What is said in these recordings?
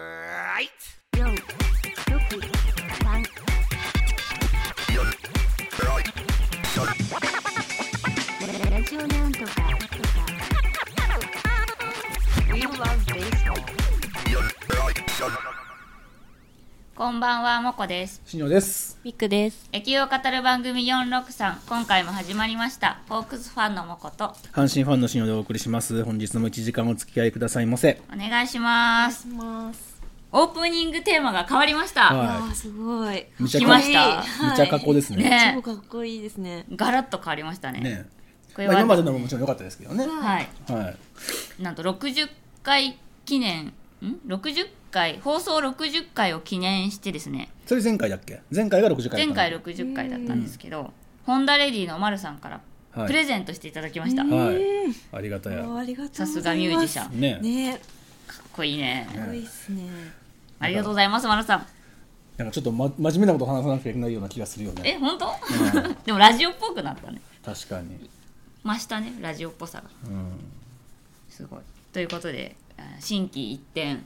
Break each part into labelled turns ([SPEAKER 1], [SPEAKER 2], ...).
[SPEAKER 1] right?
[SPEAKER 2] 四、六、三、ララジオなんとかとか
[SPEAKER 1] We love baseball.
[SPEAKER 3] こんばんは、もこです。
[SPEAKER 4] しにょです。
[SPEAKER 5] ミクです。
[SPEAKER 3] 野球を語る番組463、今回も始まりました。ホークスファンのもこと、
[SPEAKER 4] 阪神ファンのしにょでお送りします。本日も1時間お付き合いくださいませ。
[SPEAKER 3] お願いします。
[SPEAKER 5] ます。
[SPEAKER 3] オープニングテーマが変わりました。
[SPEAKER 5] あ
[SPEAKER 4] は
[SPEAKER 5] ーすごい。
[SPEAKER 4] い。めちゃ
[SPEAKER 3] 来
[SPEAKER 4] か
[SPEAKER 3] ま
[SPEAKER 4] っ
[SPEAKER 3] し
[SPEAKER 4] こ
[SPEAKER 3] た
[SPEAKER 5] はい
[SPEAKER 4] めちゃかっこですね。
[SPEAKER 3] ね
[SPEAKER 5] 超かっこいいですね。
[SPEAKER 3] ガラッと変わりましたね。
[SPEAKER 4] ね
[SPEAKER 3] これ
[SPEAKER 4] ま
[SPEAKER 3] は
[SPEAKER 4] あ、今までのももちろん良かったですけどね。
[SPEAKER 3] はい。
[SPEAKER 4] は
[SPEAKER 3] なんと60回記念、ん ?60 回、放送60回を記念してですね、
[SPEAKER 4] い。それ前回だっけ前回が60回だった
[SPEAKER 3] 前
[SPEAKER 4] の
[SPEAKER 3] 回60回だったんですけど、ホンダレディのまるさんから
[SPEAKER 4] はい
[SPEAKER 3] プレゼントしていただきました。かっ
[SPEAKER 4] はい。ありがたや。
[SPEAKER 5] ありがとうござい
[SPEAKER 3] さ
[SPEAKER 5] ます。
[SPEAKER 3] すがミュージシャン
[SPEAKER 4] ね
[SPEAKER 5] ね
[SPEAKER 3] こいいね。
[SPEAKER 5] かっこいいですね。
[SPEAKER 3] ありがとうございます、まるさん。
[SPEAKER 4] なんかちょっと、ま、真面目なこと話さなきゃいけないような気がするよね。
[SPEAKER 3] え、本当 でもラジオっぽくなったね。
[SPEAKER 4] 確かに。
[SPEAKER 3] 増したね、ラジオっぽさが。
[SPEAKER 4] うん。
[SPEAKER 3] すごい。ということで、あー心機一転、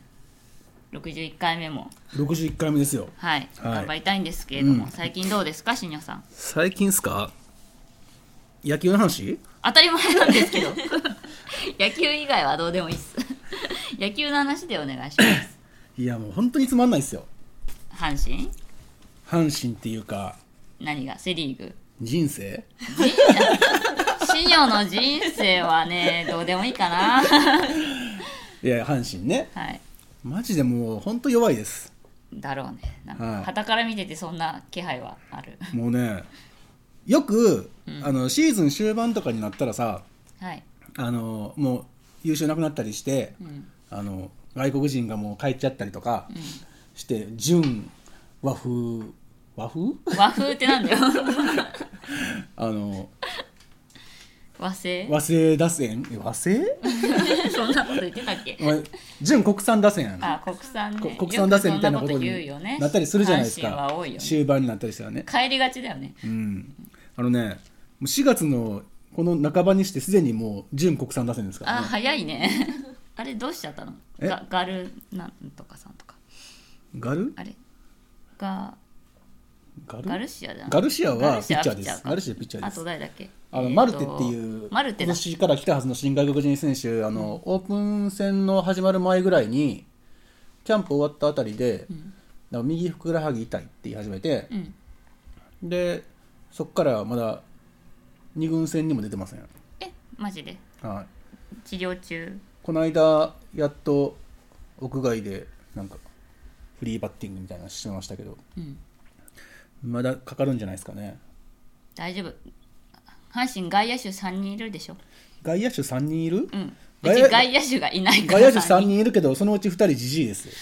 [SPEAKER 3] 61回目も、
[SPEAKER 4] 61回目ですよ。
[SPEAKER 3] はい、
[SPEAKER 4] はい
[SPEAKER 3] 頑張りたいんですけれども、
[SPEAKER 4] うん
[SPEAKER 3] 最近どうですか、しんにょさん。
[SPEAKER 4] 最近っすか野球の話
[SPEAKER 3] 当たり前なんですけ ど、野球以外はどうでもいいっす。 野球の話でお願いし ます。
[SPEAKER 4] いや、もう本当につまんないですよ。
[SPEAKER 3] 阪神
[SPEAKER 4] 阪神っていうか、
[SPEAKER 3] 何がセ・リーグ
[SPEAKER 4] 人生
[SPEAKER 3] しんにょの人生は ね、どうでもいいかな。
[SPEAKER 4] いや、阪神ね。
[SPEAKER 3] はい。
[SPEAKER 4] マジでもう本当弱いです。
[SPEAKER 3] だろうね。なんか、
[SPEAKER 4] はい
[SPEAKER 3] 旗から見ててそんな気配はある。
[SPEAKER 4] もうね、よく、あのシーズン終盤とかになったらさ、
[SPEAKER 3] はい。
[SPEAKER 4] あのもう優勝なくなったりして、
[SPEAKER 3] ん
[SPEAKER 4] あの外国人がもう帰っちゃったりとかして、純和風和風
[SPEAKER 3] 和風ってなんだよ。
[SPEAKER 4] あの
[SPEAKER 3] 和製
[SPEAKER 4] 和製打線え和製？
[SPEAKER 3] そんなこと言ってたっ け
[SPEAKER 4] お前純国産打線やん。
[SPEAKER 3] あ国産
[SPEAKER 4] こ
[SPEAKER 3] ね
[SPEAKER 4] 国産打線みたいなこと
[SPEAKER 3] よくそんなこと言うよね
[SPEAKER 4] になったりするじゃないです
[SPEAKER 3] 阪神
[SPEAKER 4] か
[SPEAKER 3] は多いよ。ね
[SPEAKER 4] 終盤になったりしたらね。
[SPEAKER 3] 帰りがちだよね
[SPEAKER 4] うん、あのね、もう4月のこの半ばにしてすでにもう純国産打線ですから
[SPEAKER 3] あ
[SPEAKER 4] ね。
[SPEAKER 3] 早いね あれどうしちゃったの
[SPEAKER 4] え
[SPEAKER 3] ガガルなんとかさんとか
[SPEAKER 4] ガル
[SPEAKER 3] あれが
[SPEAKER 4] ガル
[SPEAKER 3] ガルシアじゃん
[SPEAKER 4] ガルシアはピッチャーです
[SPEAKER 3] ガルシアはか
[SPEAKER 4] ガルシアピッチャーです
[SPEAKER 3] あと誰だっけ
[SPEAKER 4] あの
[SPEAKER 3] えーと
[SPEAKER 4] マルテっていう
[SPEAKER 3] マ
[SPEAKER 4] 今
[SPEAKER 3] ルテだ
[SPEAKER 4] 年から来たはずの新外国人選手あの、オープン戦の始まる前ぐらいにキャンプ終わったあたりで、なんか右ふくらはぎ痛いって言い始めて
[SPEAKER 3] う、ん
[SPEAKER 4] でそこからまだ2軍戦にも出てません、
[SPEAKER 3] えマジで
[SPEAKER 4] はい、
[SPEAKER 3] 治療中
[SPEAKER 4] この間やっと屋外でなんかフリーバッティングみたいなのしてましたけど
[SPEAKER 3] うん
[SPEAKER 4] まだかかるんじゃないですかね
[SPEAKER 3] 大丈夫阪神外野手3人いるでしょ
[SPEAKER 4] 外野手3人いる、
[SPEAKER 3] うんう
[SPEAKER 4] 外
[SPEAKER 3] ち
[SPEAKER 4] 野
[SPEAKER 3] 外野手がいないか
[SPEAKER 4] 外
[SPEAKER 3] ら
[SPEAKER 4] 野手3人いるけどそのうち2人じじいですよ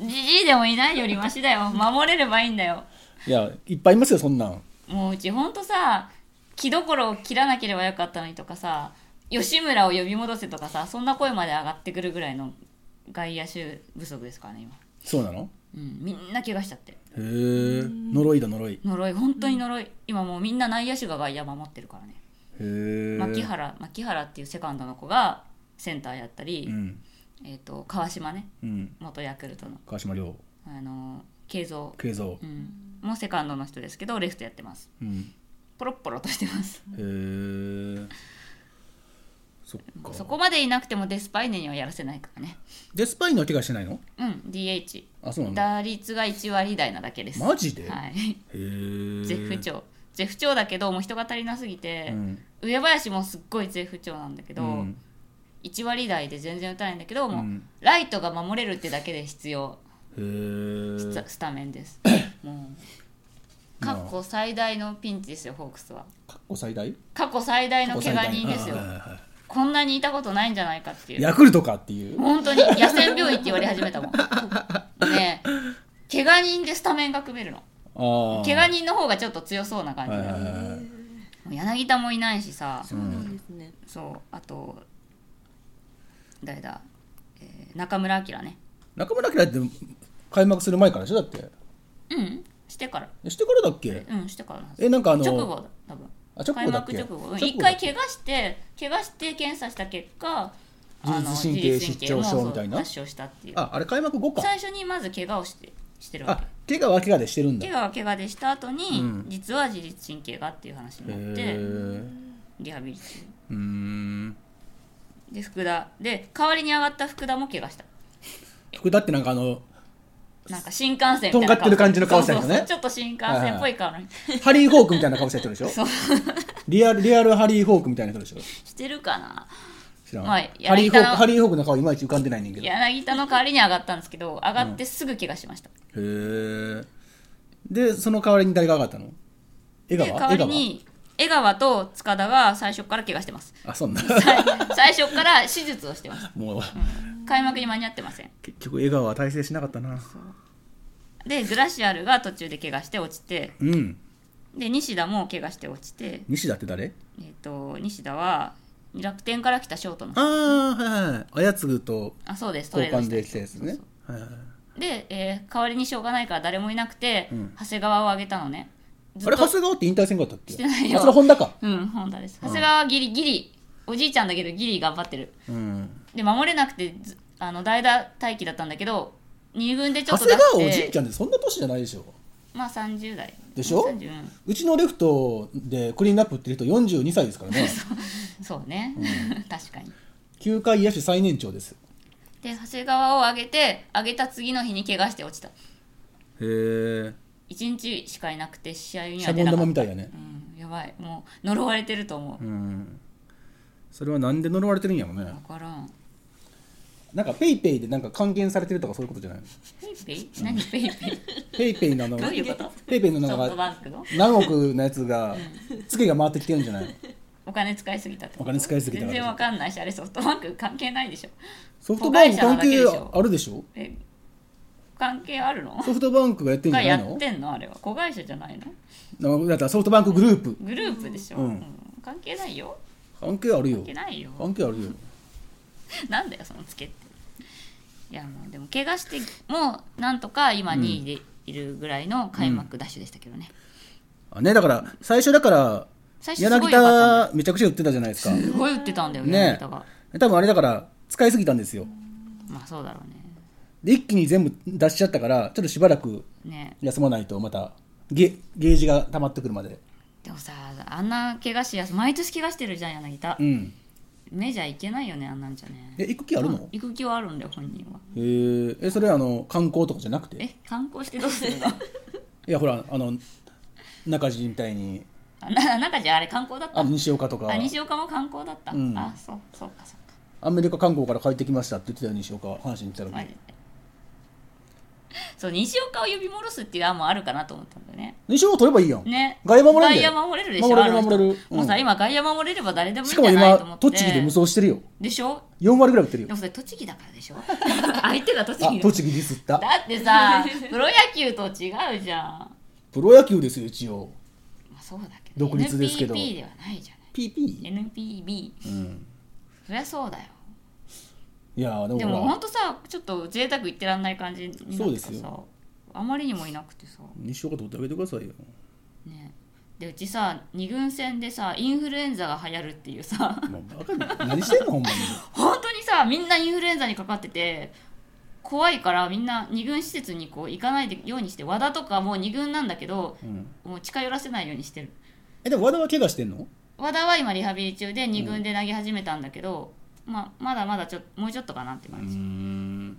[SPEAKER 3] じじいでもいないよりマシだよ守れればいいんだよ
[SPEAKER 4] いやいっぱいいますよそんなん
[SPEAKER 3] もううちほんとさ気どころを切らなければよかったのにとかさ吉村を呼び戻せとかさそんな声まで上がってくるぐらいの外野手不足ですからね今、
[SPEAKER 4] そうなの
[SPEAKER 3] うん、みんな怪我しちゃって
[SPEAKER 4] へえ呪いだ呪いへ
[SPEAKER 3] 呪い本当に呪い、今もうみんな内野手が外野守ってるからね、
[SPEAKER 4] え
[SPEAKER 3] 牧原牧原っていうセカンドの子がセンターやったり、
[SPEAKER 4] うん
[SPEAKER 3] えー、と川島ね
[SPEAKER 4] うん
[SPEAKER 3] 元ヤクルトの
[SPEAKER 4] 川島亮
[SPEAKER 3] あの慶三、
[SPEAKER 4] 慶三
[SPEAKER 3] うん、もうセカンドの人ですけどレフトやってます
[SPEAKER 4] うん
[SPEAKER 3] ポロッポロとしてます
[SPEAKER 4] へえそっか
[SPEAKER 3] そこまでいなくてもデスパイネにはやらせないからね
[SPEAKER 4] デスパインのは怪我してないの
[SPEAKER 3] うん、DH。
[SPEAKER 4] あそうなんだ
[SPEAKER 3] 打率が1割台なだけです。
[SPEAKER 4] マジで、
[SPEAKER 3] はい。
[SPEAKER 4] へえ
[SPEAKER 3] 絶不調。絶不調だけど、もう人が足りなすぎて、
[SPEAKER 4] うん
[SPEAKER 3] 上林もすっごい絶不調なんだけど、
[SPEAKER 4] うん
[SPEAKER 3] 1割台で全然打たないんだけど、もう、
[SPEAKER 4] うん
[SPEAKER 3] ライトが守れるってだけで必要、
[SPEAKER 4] へー
[SPEAKER 3] ススタメン です。もう、過去最大のピンチですよ、ホークスは。
[SPEAKER 4] 過去最大
[SPEAKER 3] 過去最大の怪我人ですよ
[SPEAKER 4] はい。はいは
[SPEAKER 3] こんなにいたことないんじゃないかってい。
[SPEAKER 4] いうヤクルトかっていう
[SPEAKER 3] 本当に野戦病院って言われ始めた もん。ねえ、怪我人でスタメンが組めるの。
[SPEAKER 4] ああ
[SPEAKER 3] 怪我人の方がちょっと強そうな感じ
[SPEAKER 4] はい
[SPEAKER 3] で、
[SPEAKER 4] はいはいはい
[SPEAKER 3] もう柳田もいないしさ
[SPEAKER 5] そうなんですね。
[SPEAKER 3] そうあと誰だ、えー中村晃ね
[SPEAKER 4] 中村晃って開幕する前からでしょだって
[SPEAKER 3] うんしてから
[SPEAKER 4] えしてからだっけ
[SPEAKER 3] うんしてからのはず
[SPEAKER 4] えなんかあの
[SPEAKER 3] 直後だ多分
[SPEAKER 4] あ直
[SPEAKER 3] 開
[SPEAKER 4] 後だっ
[SPEAKER 3] 幕
[SPEAKER 4] け
[SPEAKER 3] 直後うん
[SPEAKER 4] 直
[SPEAKER 3] 一
[SPEAKER 4] 後だ
[SPEAKER 3] 回
[SPEAKER 4] っけ
[SPEAKER 3] 怪我して怪我して検査した結果ああの
[SPEAKER 4] 自律神経
[SPEAKER 3] 自律
[SPEAKER 4] 失調症みたい
[SPEAKER 3] もそ
[SPEAKER 4] な
[SPEAKER 3] う発症したっていう
[SPEAKER 4] ああれ開幕後か
[SPEAKER 3] 最初にまず怪我をしてしてるわ
[SPEAKER 4] あ
[SPEAKER 3] け
[SPEAKER 4] 怪我は怪我でしてるんだ
[SPEAKER 3] 怪我は怪我でした後に、
[SPEAKER 4] うん
[SPEAKER 3] 実は自律神経がっていう話に
[SPEAKER 4] へ
[SPEAKER 3] なって
[SPEAKER 4] ー
[SPEAKER 3] リハビリ中
[SPEAKER 4] うーん
[SPEAKER 3] で福田で代わりに上がった福田も怪我した
[SPEAKER 4] 福田ってなんかあの
[SPEAKER 3] なんか新幹線みたいな
[SPEAKER 4] とんがってる感じの顔してる
[SPEAKER 3] そ
[SPEAKER 4] ん
[SPEAKER 3] う
[SPEAKER 4] だ
[SPEAKER 3] そ
[SPEAKER 4] ね
[SPEAKER 3] うそうちょっと新幹線っぽい顔の人
[SPEAKER 4] ハリー・ホークみたいな顔してる人でし
[SPEAKER 3] そ
[SPEAKER 4] ょ
[SPEAKER 3] う
[SPEAKER 4] リアルリアルハリー・ホークみたいな人でしょ
[SPEAKER 3] してるかな
[SPEAKER 4] 知らん、
[SPEAKER 3] まあ
[SPEAKER 4] ハリー・ホー
[SPEAKER 3] 柳田
[SPEAKER 4] ク
[SPEAKER 3] の
[SPEAKER 4] ハリー・ホークの顔いまいち浮かんでないねんけどへ
[SPEAKER 3] 柳田の代わりに上がったんですけど上がってすぐ怪我しました、
[SPEAKER 4] えでその代わりに誰が上がったの江
[SPEAKER 3] で
[SPEAKER 4] 川
[SPEAKER 3] 代わりに江川と塚田は最初から怪我してます
[SPEAKER 4] 江川あそんな
[SPEAKER 3] 最初から手術をしてます
[SPEAKER 4] もう
[SPEAKER 3] 開幕に間に合ってません
[SPEAKER 4] 結局江川は大成しなかったな
[SPEAKER 3] でグラシアルが途中で怪我して落ちて
[SPEAKER 4] うん
[SPEAKER 3] で西田も怪我して落ちて、
[SPEAKER 4] 西田って誰
[SPEAKER 3] えー、と西田は楽天から来たショートの
[SPEAKER 4] ああはいはいあやつぐと
[SPEAKER 3] あそうですトレ
[SPEAKER 4] 交
[SPEAKER 3] ードし
[SPEAKER 4] 換
[SPEAKER 3] た
[SPEAKER 4] できたやつね
[SPEAKER 3] そうそう
[SPEAKER 4] はいはいはい
[SPEAKER 3] で、えー代わりにしょうがないから誰もいなくて、
[SPEAKER 4] うん
[SPEAKER 3] 長谷川を上げたのねず
[SPEAKER 4] あ
[SPEAKER 3] っ
[SPEAKER 4] れ
[SPEAKER 3] と
[SPEAKER 4] 長谷川って引退せんかったっけ
[SPEAKER 3] してないよ
[SPEAKER 4] あそれ本田か
[SPEAKER 3] うん本田です長谷川はギリギリおじいちゃんだけどギリ頑張ってる
[SPEAKER 4] うん
[SPEAKER 3] で守れなくてずあの代打待機だったんだけど2軍でちょ
[SPEAKER 4] 長
[SPEAKER 3] っと出
[SPEAKER 4] 谷
[SPEAKER 3] して
[SPEAKER 4] 川おじいちゃんってそんな年じゃないでしょ
[SPEAKER 3] まあ30代
[SPEAKER 4] でしょ
[SPEAKER 3] 30うん
[SPEAKER 4] うちのレフトでクリーンアップっていう人42歳ですから ね
[SPEAKER 3] そうね、 確かに
[SPEAKER 4] 球界野手最年長です
[SPEAKER 3] で長谷川を上げて上げた次の日に怪我して落ちた
[SPEAKER 4] へえ
[SPEAKER 3] 1日しかいなくて試合に
[SPEAKER 4] シャ
[SPEAKER 3] は
[SPEAKER 4] ボ
[SPEAKER 3] 出
[SPEAKER 4] ン
[SPEAKER 3] なか
[SPEAKER 4] 玉
[SPEAKER 3] っ
[SPEAKER 4] み
[SPEAKER 3] た
[SPEAKER 4] たいやね
[SPEAKER 3] うん、やばいもう呪われてると思う、
[SPEAKER 4] うんそれはなんで呪われてるんやろね
[SPEAKER 3] 分からん
[SPEAKER 4] なんかペイペイでなんか還元されてるとかそういうことじゃ ないの
[SPEAKER 3] ペイペイ何ペイペイ
[SPEAKER 4] ペイペイのあの
[SPEAKER 3] どういうこと
[SPEAKER 4] ペイペイの
[SPEAKER 3] ソ
[SPEAKER 4] な
[SPEAKER 3] フ
[SPEAKER 4] ん
[SPEAKER 3] ト
[SPEAKER 4] か
[SPEAKER 3] バンクの
[SPEAKER 4] 何億のやつがツケが回ってきてるんじゃないの
[SPEAKER 3] お金使いすぎたってこと
[SPEAKER 4] お金使いすぎたわ
[SPEAKER 3] 全
[SPEAKER 4] け
[SPEAKER 3] 然わかんないしあれソフトバンク関係ないでしょ
[SPEAKER 4] ソ フトバンク関
[SPEAKER 3] 子会社な
[SPEAKER 4] 係
[SPEAKER 3] だけでしょ
[SPEAKER 4] あるでしょ
[SPEAKER 3] え関係あるの
[SPEAKER 4] ソフトバンクがやってんじ
[SPEAKER 3] が
[SPEAKER 4] ゃな
[SPEAKER 3] や
[SPEAKER 4] いの
[SPEAKER 3] ってんのあれは子会社じゃないの
[SPEAKER 4] なだからソフトバンクグループ
[SPEAKER 3] グループでしょ、
[SPEAKER 4] うん
[SPEAKER 3] ん関係ないよ
[SPEAKER 4] 関係あるよ
[SPEAKER 3] 関係ないよ
[SPEAKER 4] 関係あるよ
[SPEAKER 3] なんだよそのつけっていやもうでも怪我してもなんとか今2位でいるぐらいの開幕ダッシュでしたけどね、
[SPEAKER 4] あねだから最初だから
[SPEAKER 3] 最初すご
[SPEAKER 4] 柳
[SPEAKER 3] い良かっ
[SPEAKER 4] 田めちゃくちゃ売ってたじゃないですか
[SPEAKER 3] たんだよすごい打ってたんだよ柳
[SPEAKER 4] ね
[SPEAKER 3] 田が、
[SPEAKER 4] 多分あれだから使いすぎたんですよ
[SPEAKER 3] まあそうだろうね
[SPEAKER 4] で一気に全部出しちゃったからちょっとしばらく
[SPEAKER 3] ね
[SPEAKER 4] 休まないとまたゲゲージが溜まってくるまで
[SPEAKER 3] でもさあんな怪我しやす毎年怪我してるじゃん柳田、
[SPEAKER 4] うん
[SPEAKER 3] メジャー行けないよねあんなんじゃね
[SPEAKER 4] え行く気あるの、
[SPEAKER 3] うん行く気はあるんだよ本人は
[SPEAKER 4] へーえそれあの観光とかじゃなくて
[SPEAKER 3] え観光してどうす るの
[SPEAKER 4] いやほらあの中地みたいに
[SPEAKER 3] あな中じゃあれ観光だった
[SPEAKER 4] あの西岡とか
[SPEAKER 3] あ西岡も観光だった、
[SPEAKER 4] うん
[SPEAKER 3] あそうそうかそうか
[SPEAKER 4] アメリカ観光から帰ってきましたって言ってたよ西岡阪神に行った
[SPEAKER 3] マ
[SPEAKER 4] 時
[SPEAKER 3] ジで そう西岡を呼び戻すっていう案もあるかなと思ったんだよね
[SPEAKER 4] 西岡取ればいいやん、
[SPEAKER 3] ね
[SPEAKER 4] 外野守れるんだ
[SPEAKER 3] 外
[SPEAKER 4] よ
[SPEAKER 3] 野守れるでしょ
[SPEAKER 4] 守れる
[SPEAKER 3] あの人
[SPEAKER 4] 守れるうん
[SPEAKER 3] もうさ今外野守れれば誰でもいいん
[SPEAKER 4] し
[SPEAKER 3] じ
[SPEAKER 4] か
[SPEAKER 3] ゃ
[SPEAKER 4] も
[SPEAKER 3] ないと思
[SPEAKER 4] 今
[SPEAKER 3] って
[SPEAKER 4] 栃木で無双してるよ
[SPEAKER 3] でしょ
[SPEAKER 4] 4割ぐらい売ってるよ
[SPEAKER 3] でもそれ栃木だからでしょ 相手が栃
[SPEAKER 4] あ
[SPEAKER 3] 木だ
[SPEAKER 4] 栃木ディスった
[SPEAKER 3] だってさプロ野球と違うじゃん、ま
[SPEAKER 4] プロ野球ですよ一応
[SPEAKER 3] あ、そうだけど
[SPEAKER 4] 独立ですけど
[SPEAKER 3] NPB ではないじゃな
[SPEAKER 4] PP?
[SPEAKER 3] い NPB
[SPEAKER 4] うん
[SPEAKER 3] そりゃそうだよ
[SPEAKER 4] いやーで
[SPEAKER 3] で
[SPEAKER 4] も
[SPEAKER 3] も
[SPEAKER 4] ほ
[SPEAKER 3] ほん
[SPEAKER 4] ら
[SPEAKER 3] とさちょっと贅沢言ってらんない感じになってさ
[SPEAKER 4] そうですよ
[SPEAKER 3] あまりにもいなくてさ
[SPEAKER 4] 西岡取ってあげてくださいよ
[SPEAKER 3] ねでうちさ二軍戦でさインフルエンザが流行るっていうさ
[SPEAKER 4] もうバカだ何してんのほんまに
[SPEAKER 3] 本当にさみんなインフルエンザにかかってて怖いからみんな二軍施設にこう行かないでようにして和田とかもう二軍なんだけど
[SPEAKER 4] うん
[SPEAKER 3] もう近寄らせないようにしてる
[SPEAKER 4] えでも和田は怪我してんの
[SPEAKER 3] 和田は今リハビリ中で二軍で投げ始めたんだけど、まあ、まだまだちょもうちょっとかなって感じ、
[SPEAKER 4] ん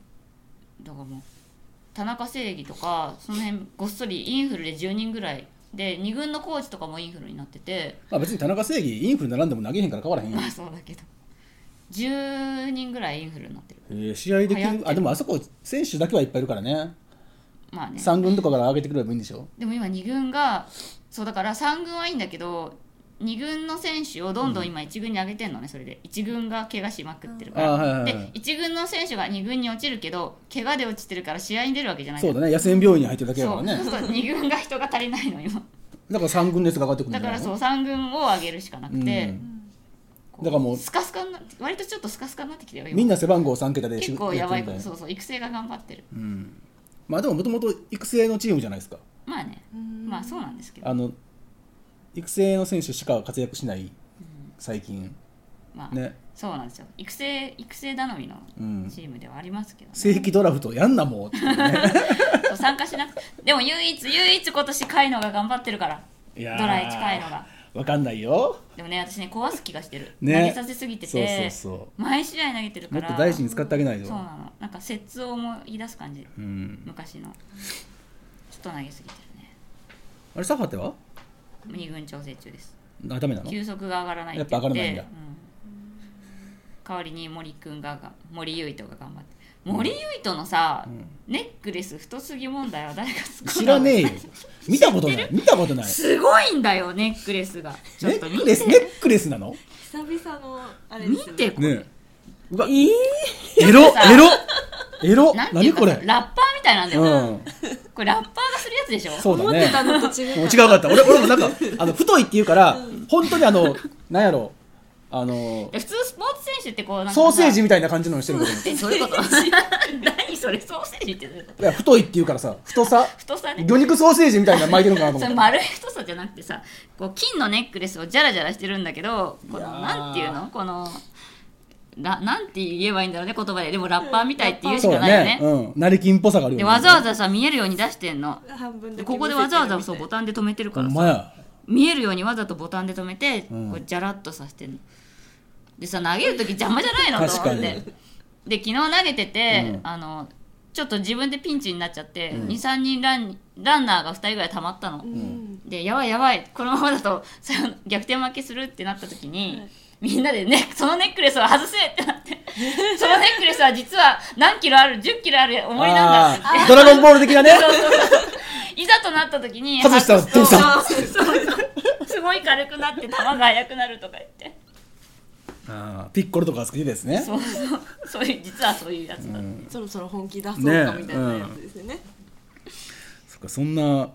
[SPEAKER 3] だからもう田中正義とかその辺ごっそりインフルで10人ぐらいで2軍のコーチとかもインフルになってて
[SPEAKER 4] まあ別に田中正義インフル並んでも投げへんから変わらへんよ
[SPEAKER 3] まあそうだけど10人ぐらいインフルになってる
[SPEAKER 4] えー試合でき
[SPEAKER 3] 流行って
[SPEAKER 4] る
[SPEAKER 3] る
[SPEAKER 4] あでもあそこ選手だけはいっぱいいるからね
[SPEAKER 3] まあね
[SPEAKER 4] 3軍とかから上げてくればいいんでしょ
[SPEAKER 3] でも今2軍がそうだから3軍はいいんだけど2軍の選手をどんどん今1軍に上げてんのね、それで1軍が怪我しまくってるから、
[SPEAKER 4] あーはいはいはい
[SPEAKER 3] で1軍の選手が2軍に落ちるけど怪我で落ちてるから試合に出るわけじゃない
[SPEAKER 4] そうだね野戦病院に入ってるだけだ
[SPEAKER 3] そ
[SPEAKER 4] から
[SPEAKER 3] う
[SPEAKER 4] ね
[SPEAKER 3] そう2軍が人が足りないの今
[SPEAKER 4] だから3軍のやつが上がってくるんじ
[SPEAKER 3] だ
[SPEAKER 4] ゃ
[SPEAKER 3] か
[SPEAKER 4] ない
[SPEAKER 3] ら
[SPEAKER 4] の
[SPEAKER 3] そう3軍を上げるしかなくて、こ
[SPEAKER 4] だからもう
[SPEAKER 3] スカスカになって割とちょっとスカスカになってきてよ今
[SPEAKER 4] みんな背番号3桁で
[SPEAKER 3] 結構やばい
[SPEAKER 4] やってるみた
[SPEAKER 3] そうそう育成が頑張ってる
[SPEAKER 4] うんまあでももともと育成のチームじゃないですか
[SPEAKER 3] まあねまあそうなんですけど
[SPEAKER 4] あの育成の選手しか活躍しない最近
[SPEAKER 3] まあ
[SPEAKER 4] ね
[SPEAKER 3] そうなんですよ育成育成頼みの
[SPEAKER 4] うん
[SPEAKER 3] チームではありますけど、
[SPEAKER 4] 正規ドラフトやんなもうっていうね
[SPEAKER 3] そう参加しなくてでも唯一唯一今年カイノが頑張ってるから
[SPEAKER 4] いや ー
[SPEAKER 3] ドライ近いのが
[SPEAKER 4] わかんないよ
[SPEAKER 3] でもね私ね壊す気がしてる、
[SPEAKER 4] ね
[SPEAKER 3] 投げさせすぎてて
[SPEAKER 4] そうそうそ
[SPEAKER 3] 毎試合投げてるか
[SPEAKER 4] もっ
[SPEAKER 3] ら
[SPEAKER 4] と大事に使ってあげないと
[SPEAKER 3] そうなのなんか節を思い出す感じ
[SPEAKER 4] うん
[SPEAKER 3] 昔のちょっと投げすぎてるね
[SPEAKER 4] あれサファテは
[SPEAKER 3] 二軍調整中です
[SPEAKER 4] あダメなの
[SPEAKER 3] 球速が上がらない
[SPEAKER 4] やっぱ上がらないんだ
[SPEAKER 3] うん代わりに森くんがが森唯斗が頑張って森唯斗のさ、ネックレス太すぎ問題は誰が作ったの
[SPEAKER 4] 知らねえ よ見たことない見たことない
[SPEAKER 3] すごいんだよネックレスがち
[SPEAKER 4] ネ
[SPEAKER 3] ょっと
[SPEAKER 4] ッ
[SPEAKER 3] 見
[SPEAKER 4] ク
[SPEAKER 3] て
[SPEAKER 4] レスネックレスなの
[SPEAKER 5] 久々のあれ
[SPEAKER 3] 見
[SPEAKER 5] ですよ
[SPEAKER 3] てこれ、
[SPEAKER 4] ねえうわえエ ロ
[SPEAKER 3] さ
[SPEAKER 4] エロエロ
[SPEAKER 3] なんてい
[SPEAKER 4] 何
[SPEAKER 3] うか
[SPEAKER 4] これ
[SPEAKER 3] ラッパーみたいなんだ
[SPEAKER 4] う
[SPEAKER 3] よ、
[SPEAKER 4] ん
[SPEAKER 3] これラッパーがするやつでしょ
[SPEAKER 4] そう
[SPEAKER 5] 思
[SPEAKER 4] だ
[SPEAKER 5] って
[SPEAKER 4] ね
[SPEAKER 5] たのと違う
[SPEAKER 4] もう違うかった俺俺もなんかあの太いって言うから本当にあのなんやろあの
[SPEAKER 3] 普通スポーツ選手ってこうなんか
[SPEAKER 4] ソーセージ
[SPEAKER 3] み
[SPEAKER 4] みたいな感じのをしてるけど
[SPEAKER 3] たいなそういうこと 何それソーセージってどういうこと
[SPEAKER 4] いや太いって言うからさ太さ
[SPEAKER 3] 太さね
[SPEAKER 4] 魚肉ソーセージみたいなの巻いてるのかなと
[SPEAKER 3] それ
[SPEAKER 4] 思って
[SPEAKER 3] 丸い太さじゃなくてさこう金のネックレスをジャラジャラしてるんだけどこの
[SPEAKER 4] いやー
[SPEAKER 3] なんていうのこのななんて言えばいいんだろうね言葉ででもラッパーみたいって言うしかないよね
[SPEAKER 4] うん成金っぽさがあるよ
[SPEAKER 3] で
[SPEAKER 4] ね
[SPEAKER 3] わざわざさ見えるように出してんの
[SPEAKER 5] 半分だ
[SPEAKER 3] で
[SPEAKER 5] け
[SPEAKER 3] ここでわざわざそうボ
[SPEAKER 5] 見
[SPEAKER 3] タンで止めてる
[SPEAKER 4] ほ
[SPEAKER 3] から
[SPEAKER 4] ん
[SPEAKER 3] さ
[SPEAKER 4] まや
[SPEAKER 3] 見えるようにわざとボタンで止めて、
[SPEAKER 4] うん
[SPEAKER 3] こうジャラッとさせてんのでさ投げる時邪魔じゃないのと思っ
[SPEAKER 4] 確
[SPEAKER 3] て
[SPEAKER 4] かに
[SPEAKER 3] で昨日投げてて、
[SPEAKER 4] うん
[SPEAKER 3] あのちょっと自分でピンチになっちゃって、
[SPEAKER 4] ん
[SPEAKER 3] 23人ランランナーが2人ぐらい溜まったの、
[SPEAKER 5] せてるみたいうん
[SPEAKER 3] でやばいやばいこのままだと その逆転負けするってなった時に、みんなで、ね、そのネックレスを外せってなって そのネックレスは実は何キロある10キロある重りなんだ
[SPEAKER 4] あードラゴンボール的なね
[SPEAKER 3] いざとなった時に
[SPEAKER 4] 外したら
[SPEAKER 3] 外すと
[SPEAKER 4] ど
[SPEAKER 3] そうそうそうすごい軽くなって球が速くなるとか言って
[SPEAKER 4] あーピッコロとか好きですね
[SPEAKER 3] そうそうそういう実はそういうやつだ、
[SPEAKER 5] そろそろ本気出そう
[SPEAKER 4] ね
[SPEAKER 5] かみたいなやつですよね
[SPEAKER 4] そっかそんな
[SPEAKER 3] って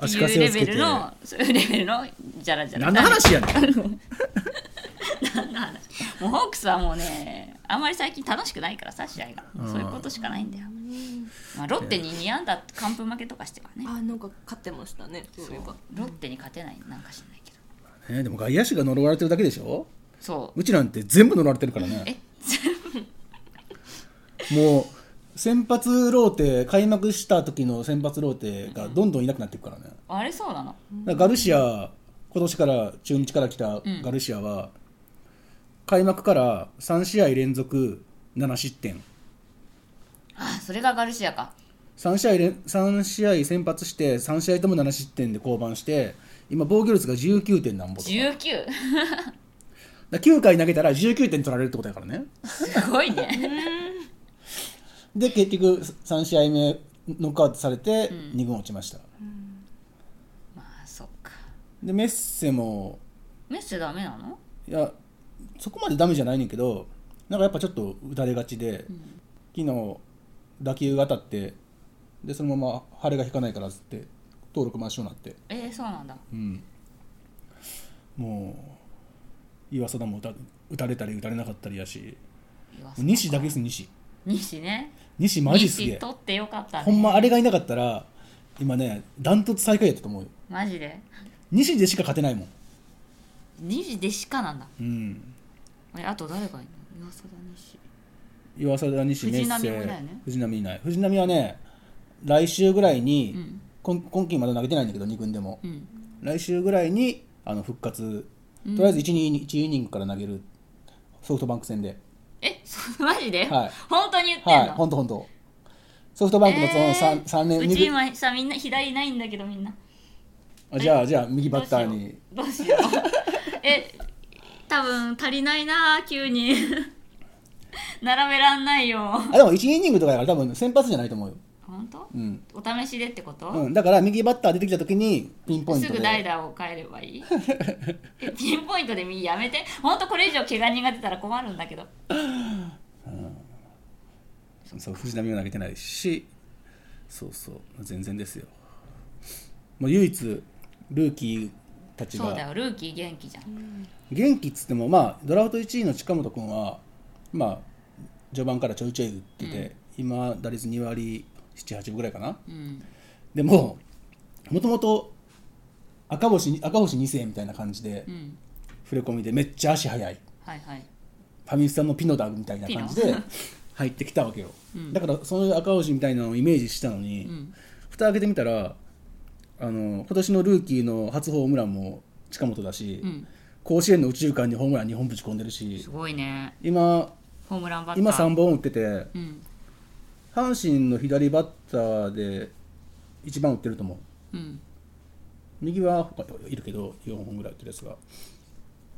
[SPEAKER 4] 足
[SPEAKER 3] い
[SPEAKER 4] か
[SPEAKER 3] う
[SPEAKER 4] せを
[SPEAKER 3] レ
[SPEAKER 4] つ
[SPEAKER 3] ベ
[SPEAKER 4] けて
[SPEAKER 3] ルのそういうレベルのじゃらじゃら
[SPEAKER 4] 何の話やねん
[SPEAKER 3] もうホークスはもうねあんまり最近楽しくないからさ試合がそういうことしかないんだよ、まあ、ロッテに2安打完封負けとかしてはね
[SPEAKER 5] あなんか勝ってましたねそういえば
[SPEAKER 3] ロッテに勝てないなんか知んないけど
[SPEAKER 4] ねでも外野手が呪われてるだけでしょ
[SPEAKER 3] そう
[SPEAKER 4] うちなんて全部呪われてるからね
[SPEAKER 3] え
[SPEAKER 4] もう先発ローテ開幕した時の先発ローテがどんどんいなくなっていくからね、
[SPEAKER 3] あれそうなの
[SPEAKER 4] だからガルシア今年から中日から来たガルシアは、開幕から3試合連続7失点
[SPEAKER 3] あそれがガルシアか
[SPEAKER 4] 3試合連三試合先発して3試合とも7失点で降板して今防御率が19点なんぼとかだか
[SPEAKER 3] 19
[SPEAKER 4] ら9回投げたら19点取られるってことやからね
[SPEAKER 3] すごい ね
[SPEAKER 4] で結局3試合目ノックアウトされて2軍落ちました、
[SPEAKER 3] まあそっか
[SPEAKER 4] でメッセも
[SPEAKER 3] メッセダメなの
[SPEAKER 4] いやそこまでダメじゃないねんけどなんかやっぱちょっと打たれがちで、昨日打球が当たってでそのまま腫れが引かないからっつって登録抹消になって、
[SPEAKER 3] えー、そうなんだ
[SPEAKER 4] うん、もう岩貞も打た打たれたり打たれなかったりやし
[SPEAKER 3] 岩瀬
[SPEAKER 4] 西だけです西
[SPEAKER 3] 西ね
[SPEAKER 4] 西マジすげ
[SPEAKER 3] 西
[SPEAKER 4] え
[SPEAKER 3] 取ってよかったね
[SPEAKER 4] ほんまあれがいなかったら今ねダントツ最下位やったと思うよ
[SPEAKER 3] マジで
[SPEAKER 4] 西でしか勝てないもん、
[SPEAKER 3] 西でしかなんだ
[SPEAKER 4] うん、
[SPEAKER 3] あれあと誰がいるの岩佐だ西
[SPEAKER 4] 岩貞西メッ
[SPEAKER 3] 藤
[SPEAKER 4] セ
[SPEAKER 3] 浪もいないね
[SPEAKER 4] 藤浪いない藤浪はね来週ぐらいに、
[SPEAKER 3] ん
[SPEAKER 4] 今今季まだ投げてないんだけど2軍でも、
[SPEAKER 3] うん
[SPEAKER 4] 来週ぐらいにあの復活とりあえず 1,、二1イニングから投げるソフトバンク戦で
[SPEAKER 3] え そうマジで、
[SPEAKER 4] はい
[SPEAKER 3] 本当に言ってんの、
[SPEAKER 4] はい本当本当ソフトバンクもその 3,、三年
[SPEAKER 3] う
[SPEAKER 4] 二
[SPEAKER 3] ち
[SPEAKER 4] 軍
[SPEAKER 3] 今さみんな左ないんだけどみんな
[SPEAKER 4] あじゃあじゃあ右バッターに
[SPEAKER 3] どうしようどうしようえ多分足りないな急に 並べらんないよ
[SPEAKER 4] あでも1イニングとかだから多分先発じゃないと思うよ、
[SPEAKER 3] 本当
[SPEAKER 4] うん
[SPEAKER 3] お試しでってこと、
[SPEAKER 4] うん、だから右バッター出てきた時にピンポイン
[SPEAKER 3] す
[SPEAKER 4] ト
[SPEAKER 3] ぐ
[SPEAKER 4] で
[SPEAKER 3] 代打を変えればいいえピンポイントで右やめてほんとこれ以上怪我人が出たら困るんだけど
[SPEAKER 4] そう藤浪は投げてないしそうそう全然ですよもう唯一ルーキーたち
[SPEAKER 3] そうだ
[SPEAKER 4] が
[SPEAKER 3] よルーキー元気じゃん
[SPEAKER 4] 元気っつってもまあドラフト1位の近本君はまあ序盤からちょいちょい打ってて、今打率2割78分ぐらいかな
[SPEAKER 3] うん
[SPEAKER 4] でももともと赤星に赤星2世みたいな感じで
[SPEAKER 3] うん
[SPEAKER 4] 触れ込みでめっちゃ足速い
[SPEAKER 3] はいはい
[SPEAKER 4] ファミスさんのピノだみたいな感じで入ってきたわけよ、だからそういう赤星みたいなのをイメージしたのに、
[SPEAKER 3] ん
[SPEAKER 4] 蓋開けてみたらあの今年のルーキーの初ホームランも近本だし、
[SPEAKER 3] うん
[SPEAKER 4] 甲子園の宇宙間にホームラン2本ぶち込んでるし
[SPEAKER 3] すごいね
[SPEAKER 4] 今
[SPEAKER 3] ホームランバッター
[SPEAKER 4] 今3本打ってて
[SPEAKER 3] うん
[SPEAKER 4] 阪神の左バッターで一番打ってると思う
[SPEAKER 3] うん
[SPEAKER 4] 右は他いるけど4本ぐらい打ってるやつが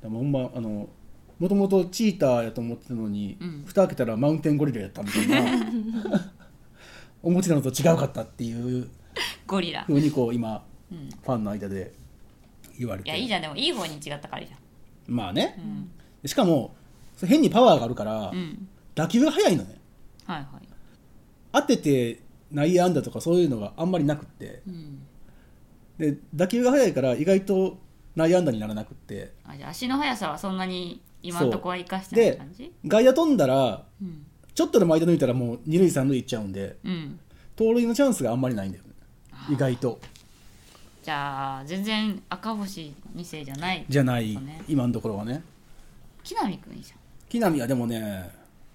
[SPEAKER 4] でもほんまあのもともとチーターやと思ってたのに、
[SPEAKER 3] うん
[SPEAKER 4] 蓋開けたらマウンテンゴリラやったみたいな 思ってたのと違うかったっていう
[SPEAKER 3] ゴリラ
[SPEAKER 4] ふうにこう今、
[SPEAKER 3] うん
[SPEAKER 4] ファンの間で言われ
[SPEAKER 3] い
[SPEAKER 4] て
[SPEAKER 3] やいいじゃんでもいい方に違ったからいいじゃ
[SPEAKER 4] まあね
[SPEAKER 3] ん、う、ん
[SPEAKER 4] しかもそれ変にパワーがあるから、
[SPEAKER 3] うん、
[SPEAKER 4] 打球が速いのね
[SPEAKER 3] はいはい
[SPEAKER 4] 当てて内野安打とかそういうのがあんまりなくって
[SPEAKER 3] うん
[SPEAKER 4] で打球が速いから意外と内野安打にならなくって
[SPEAKER 3] あじゃあ足の速さはそんなに今のとこは生かしてない
[SPEAKER 4] で
[SPEAKER 3] 感じ
[SPEAKER 4] 外野飛んだら
[SPEAKER 3] うん
[SPEAKER 4] ちょっとでも間抜いたらもう二塁三塁行っちゃうんで
[SPEAKER 3] うん
[SPEAKER 4] 盗塁のチャンスがあんまりないんだよね意外と
[SPEAKER 3] じゃあ全然赤星2世じゃない
[SPEAKER 4] じゃない、
[SPEAKER 3] そうね
[SPEAKER 4] 今のところはね
[SPEAKER 3] 木浪君いいじゃん
[SPEAKER 4] 木浪はでもね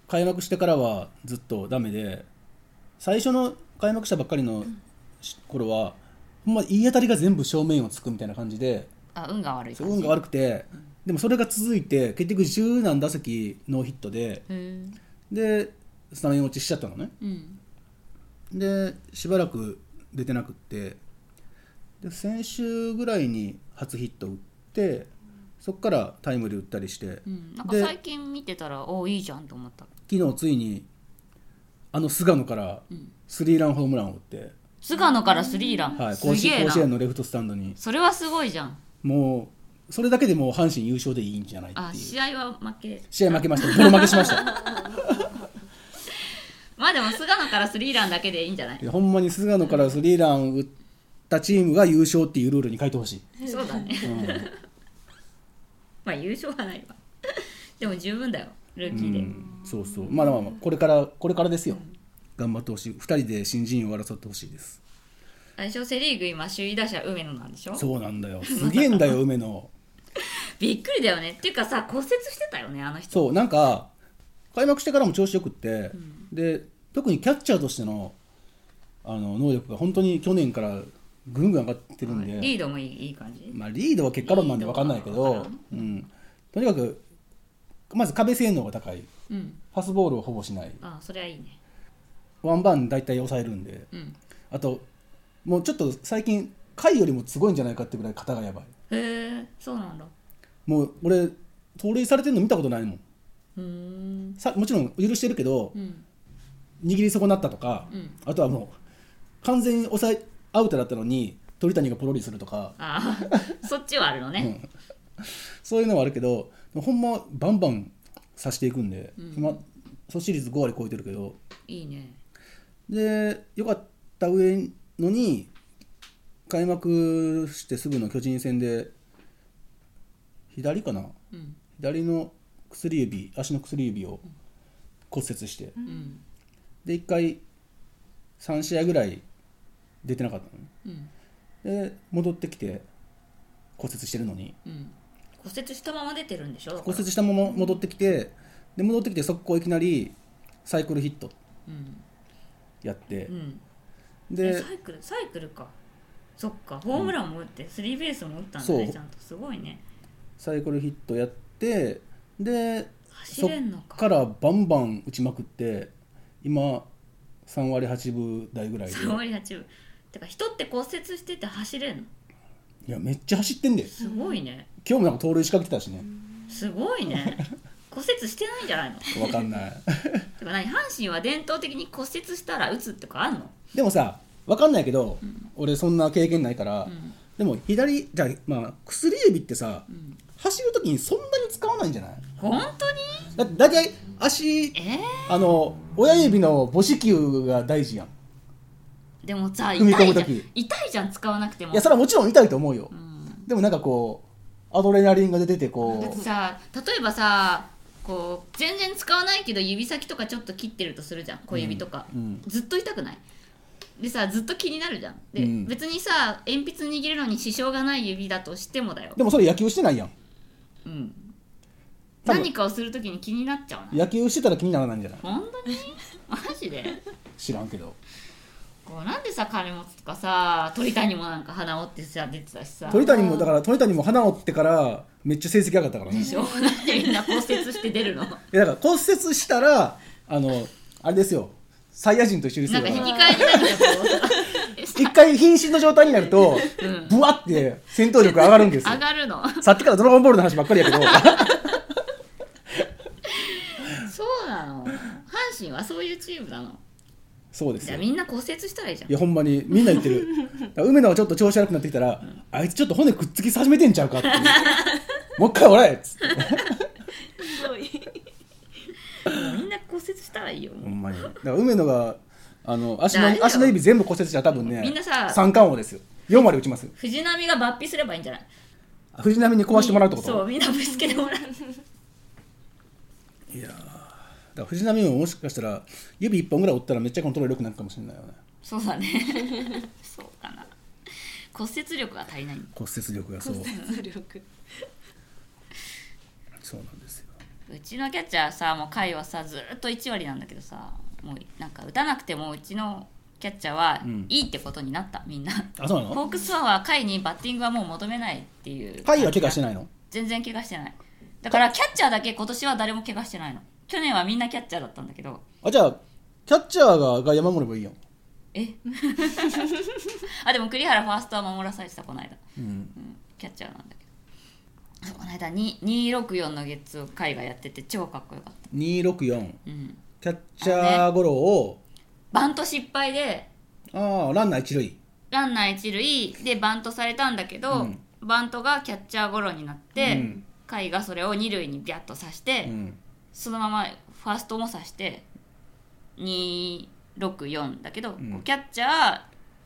[SPEAKER 4] 開幕してからはずっとダメで最初の開幕したばっかりのし頃はほんまいい当たりが全部正面をつくみたいな感じで
[SPEAKER 3] あ運が悪い
[SPEAKER 4] そう
[SPEAKER 3] 感じ
[SPEAKER 4] 運が悪くてでもそれが続いて結局十何打席ノーヒットで
[SPEAKER 3] へー
[SPEAKER 4] でスタメン落ちしちゃったのね
[SPEAKER 3] うん
[SPEAKER 4] でしばらく出てなくってで先週ぐらいに初ヒット打ってそこからタイムリー打ったりして、
[SPEAKER 3] うんなんか
[SPEAKER 4] で
[SPEAKER 3] 最近見てたらおいいじゃんと思った
[SPEAKER 4] 昨日ついにあの菅野から
[SPEAKER 3] ん
[SPEAKER 4] スリーランホームランを打って、
[SPEAKER 3] 菅野からスリーラン、
[SPEAKER 4] はい、
[SPEAKER 3] す
[SPEAKER 4] 甲子
[SPEAKER 3] げえ
[SPEAKER 4] 甲
[SPEAKER 3] な
[SPEAKER 4] 子園のレフトスタンドに
[SPEAKER 3] それはすごいじゃん
[SPEAKER 4] もうそれだけでもう阪神優勝でいいんじゃないって
[SPEAKER 3] あ
[SPEAKER 4] いう
[SPEAKER 3] 試合は負け
[SPEAKER 4] 試合負けましたボロ負けしました
[SPEAKER 3] まあでも菅野からスリーランだけでいいんじゃない
[SPEAKER 4] いやほんまに菅野からスリーラン打ったチームが優勝っていうルールに書いてほしい、
[SPEAKER 3] そうだねまあ優勝はないわでも十分だよルーキーで、
[SPEAKER 4] うんそうそうまあまあまあこれからこれからですよ、頑張ってほしい2人で新人王を争ってほしいです
[SPEAKER 3] 最初セ・リーグ今首位打者梅野なんでしょ
[SPEAKER 4] そうなんだよすげえん だよ梅野
[SPEAKER 3] びっくりだよねっていうかさ骨折してたよねあの人
[SPEAKER 4] そうなんか開幕してからも調子よくって、で特にキャッチャーとしてのあの能力が本当に去年からぐんぐん上がってるんで、
[SPEAKER 3] リードもいいいい感じ
[SPEAKER 4] まあ、リードは結果論なんで分かんないけ
[SPEAKER 3] リードは
[SPEAKER 4] ど
[SPEAKER 3] 分、
[SPEAKER 4] うん、とにかくまず壁性能が高い
[SPEAKER 3] うん
[SPEAKER 4] パスボールをほぼしない
[SPEAKER 3] あそれはいいね
[SPEAKER 4] ワンバン大体抑えるんで
[SPEAKER 3] うん
[SPEAKER 4] あともうちょっと最近甲斐よりもすごいんじゃないかってぐらい肩がやばい
[SPEAKER 3] へえそうなんだ
[SPEAKER 4] もう俺盗塁されてるの見たことないもん
[SPEAKER 3] うーん
[SPEAKER 4] さもちろん許してるけど
[SPEAKER 3] うん
[SPEAKER 4] 握り損なったとか、
[SPEAKER 3] うん
[SPEAKER 4] あとはもう完全に抑えアウトだったのに鳥谷がポロリするとか、
[SPEAKER 3] あ あそっちはあるの
[SPEAKER 4] う
[SPEAKER 3] ね、
[SPEAKER 4] んそういうのはあるけどほんまバンバン刺していくんで、
[SPEAKER 3] うん
[SPEAKER 4] 今阻止率5割超えてるけど
[SPEAKER 3] いいね
[SPEAKER 4] でよかった上のに開幕してすぐの巨人戦で左かな
[SPEAKER 3] うん
[SPEAKER 4] 左の薬指足の薬指を骨折して
[SPEAKER 3] うん
[SPEAKER 4] で1回3試合ぐらい出てなかったのね
[SPEAKER 3] うん
[SPEAKER 4] で戻ってきて骨折してるのに
[SPEAKER 3] うん骨折したまま出てるんでしょだから
[SPEAKER 4] 骨折したまま戻ってきてで戻ってきて速攻いきなりサイクルヒット
[SPEAKER 3] うん
[SPEAKER 4] やって
[SPEAKER 3] う、んえ
[SPEAKER 4] で
[SPEAKER 3] サイクルサイクルかそっかホームランも打ってスリーベースも打ったんだ
[SPEAKER 4] そ
[SPEAKER 3] ね
[SPEAKER 4] う
[SPEAKER 3] ちゃんとすごいね
[SPEAKER 4] サイクルヒットやってで
[SPEAKER 3] 走れんのか
[SPEAKER 4] そっからバンバン打ちまくって今3割8分台ぐらいで
[SPEAKER 3] 3割8分てか人って骨折してて走れんの
[SPEAKER 4] いやめっちゃ走ってんだよ
[SPEAKER 3] すごいね
[SPEAKER 4] 今日もなんか盗塁仕掛けてたしね
[SPEAKER 3] すごいね骨折してないんじゃないの
[SPEAKER 4] わかんない
[SPEAKER 3] てか何阪神は伝統的に骨折したら打つとかあんの
[SPEAKER 4] でもさわかんないけど、俺そんな経験ないから、
[SPEAKER 3] うん
[SPEAKER 4] でも左じゃあまあ薬指ってさ、
[SPEAKER 3] ん
[SPEAKER 4] 走るときにそんなに使わないんじゃない
[SPEAKER 3] 本当に
[SPEAKER 4] だって大体足
[SPEAKER 3] え
[SPEAKER 4] あの親指の母子球が大事やん
[SPEAKER 3] ー、でもさ
[SPEAKER 4] 踏
[SPEAKER 3] 痛
[SPEAKER 4] み込
[SPEAKER 3] い
[SPEAKER 4] む
[SPEAKER 3] じゃん
[SPEAKER 4] 時
[SPEAKER 3] 痛いじゃん使わなくても
[SPEAKER 4] いやそれはもちろん痛いと思うよ、
[SPEAKER 3] うん
[SPEAKER 4] でもなんかこうアドレナリンが出てて
[SPEAKER 3] だ
[SPEAKER 4] こ
[SPEAKER 3] って
[SPEAKER 4] う
[SPEAKER 3] さ例えばさこう全然使わないけど指先とかちょっと切ってるとするじゃん小指とか、
[SPEAKER 4] うんうん
[SPEAKER 3] ずっと痛くないでさずっと気になるじゃんで、
[SPEAKER 4] うん
[SPEAKER 3] 別にさ鉛筆握るのに支障がない指だとしてもだよ
[SPEAKER 4] でもそれ野球してないやん
[SPEAKER 3] うん
[SPEAKER 4] 多分
[SPEAKER 3] 何かをするときに気になっちゃうな
[SPEAKER 4] 野球してたら気にならないんじゃない
[SPEAKER 3] 本当 にマジで
[SPEAKER 4] 知らんけど
[SPEAKER 3] こうなんでさ金持ちとかさ鳥谷もなんか鼻折ってさ出てたしさ
[SPEAKER 4] 鳥谷もだから鳥谷も花折ってからめっちゃ成績上がったからね
[SPEAKER 3] でしょなんでみんな骨折して出 るのなんか
[SPEAKER 4] えだから骨折したらあのあれですよサイヤ人と一緒ですよ
[SPEAKER 3] 引き換えに
[SPEAKER 4] だから
[SPEAKER 3] 何かこ う
[SPEAKER 4] 一回瀕死の状態になると、
[SPEAKER 3] ん
[SPEAKER 4] ブワって戦闘力上がるんですよ
[SPEAKER 3] 上がるの
[SPEAKER 4] さっきからドラゴンボールの話ばっかりやけ ど
[SPEAKER 3] そうなの阪神はそういうチームなの
[SPEAKER 4] そうです
[SPEAKER 3] じゃ
[SPEAKER 4] よ
[SPEAKER 3] あ
[SPEAKER 4] い
[SPEAKER 3] みんな骨折したらいいじゃん
[SPEAKER 4] やほんまにみんな言ってるだから梅野がちょっと調子悪くなってきたら、あいつちょっと骨くっつき始めてんちゃうかっていう もう一回おらえっつって
[SPEAKER 5] ひどい
[SPEAKER 3] みんな骨折したらいいよ
[SPEAKER 4] ほんまにだから梅野があの足
[SPEAKER 3] だからあれだよ
[SPEAKER 4] の足の指全部骨折したら多分ね
[SPEAKER 3] みんなさ
[SPEAKER 4] 三冠王ですよ4割打ちますよ
[SPEAKER 3] 藤浪が抜皮すればいいんじゃない
[SPEAKER 4] 藤浪に壊してもらうってこと
[SPEAKER 3] そうみんなぶつけて もらう
[SPEAKER 4] いやーだから藤浪ももしかしたら指1本ぐらい折ったらめっちゃコントロール良くなるかもしれないよね
[SPEAKER 3] そうだね そうかな骨折力が足りない
[SPEAKER 4] 骨折力がそう
[SPEAKER 5] 活力
[SPEAKER 4] そうなんですよ
[SPEAKER 3] うちのキャッチャーさもう回はさずーっと1割なんだけどさもうなんか打たなくてもうちのキャッチャーは
[SPEAKER 4] うん
[SPEAKER 3] いいってことになった、みんな
[SPEAKER 4] あそうな
[SPEAKER 3] ホ
[SPEAKER 4] の
[SPEAKER 3] ークスファンは回にバッティングはもう求めないっていう
[SPEAKER 4] 甲斐は怪我してないの
[SPEAKER 3] 全然怪我してないだからキャッチャーだけ今年は誰も怪我してないの去年はみんなキャッチャーだったんだけど
[SPEAKER 4] あじゃあキャッチャーが外野守ればいいやん、
[SPEAKER 3] えあでも栗原ファーストは守らされてたこの間、
[SPEAKER 4] うん、
[SPEAKER 3] うん、キャッチャーなんだけどそうこの間に264のゲッツーを海がやってて超かっこよかった、
[SPEAKER 4] 264
[SPEAKER 3] うん、
[SPEAKER 4] キャッチャーゴロを
[SPEAKER 3] バント失敗で
[SPEAKER 4] あ、あーランナー一塁
[SPEAKER 3] ランナー一塁でバントされたんだけど、
[SPEAKER 4] うん
[SPEAKER 3] バントがキャッチャーゴロになって、
[SPEAKER 4] うん
[SPEAKER 3] 甲斐がそれを二塁にビャッと刺して、
[SPEAKER 4] うん
[SPEAKER 3] そのままファーストも刺して264だけど、
[SPEAKER 4] ん
[SPEAKER 3] こうキャッチャー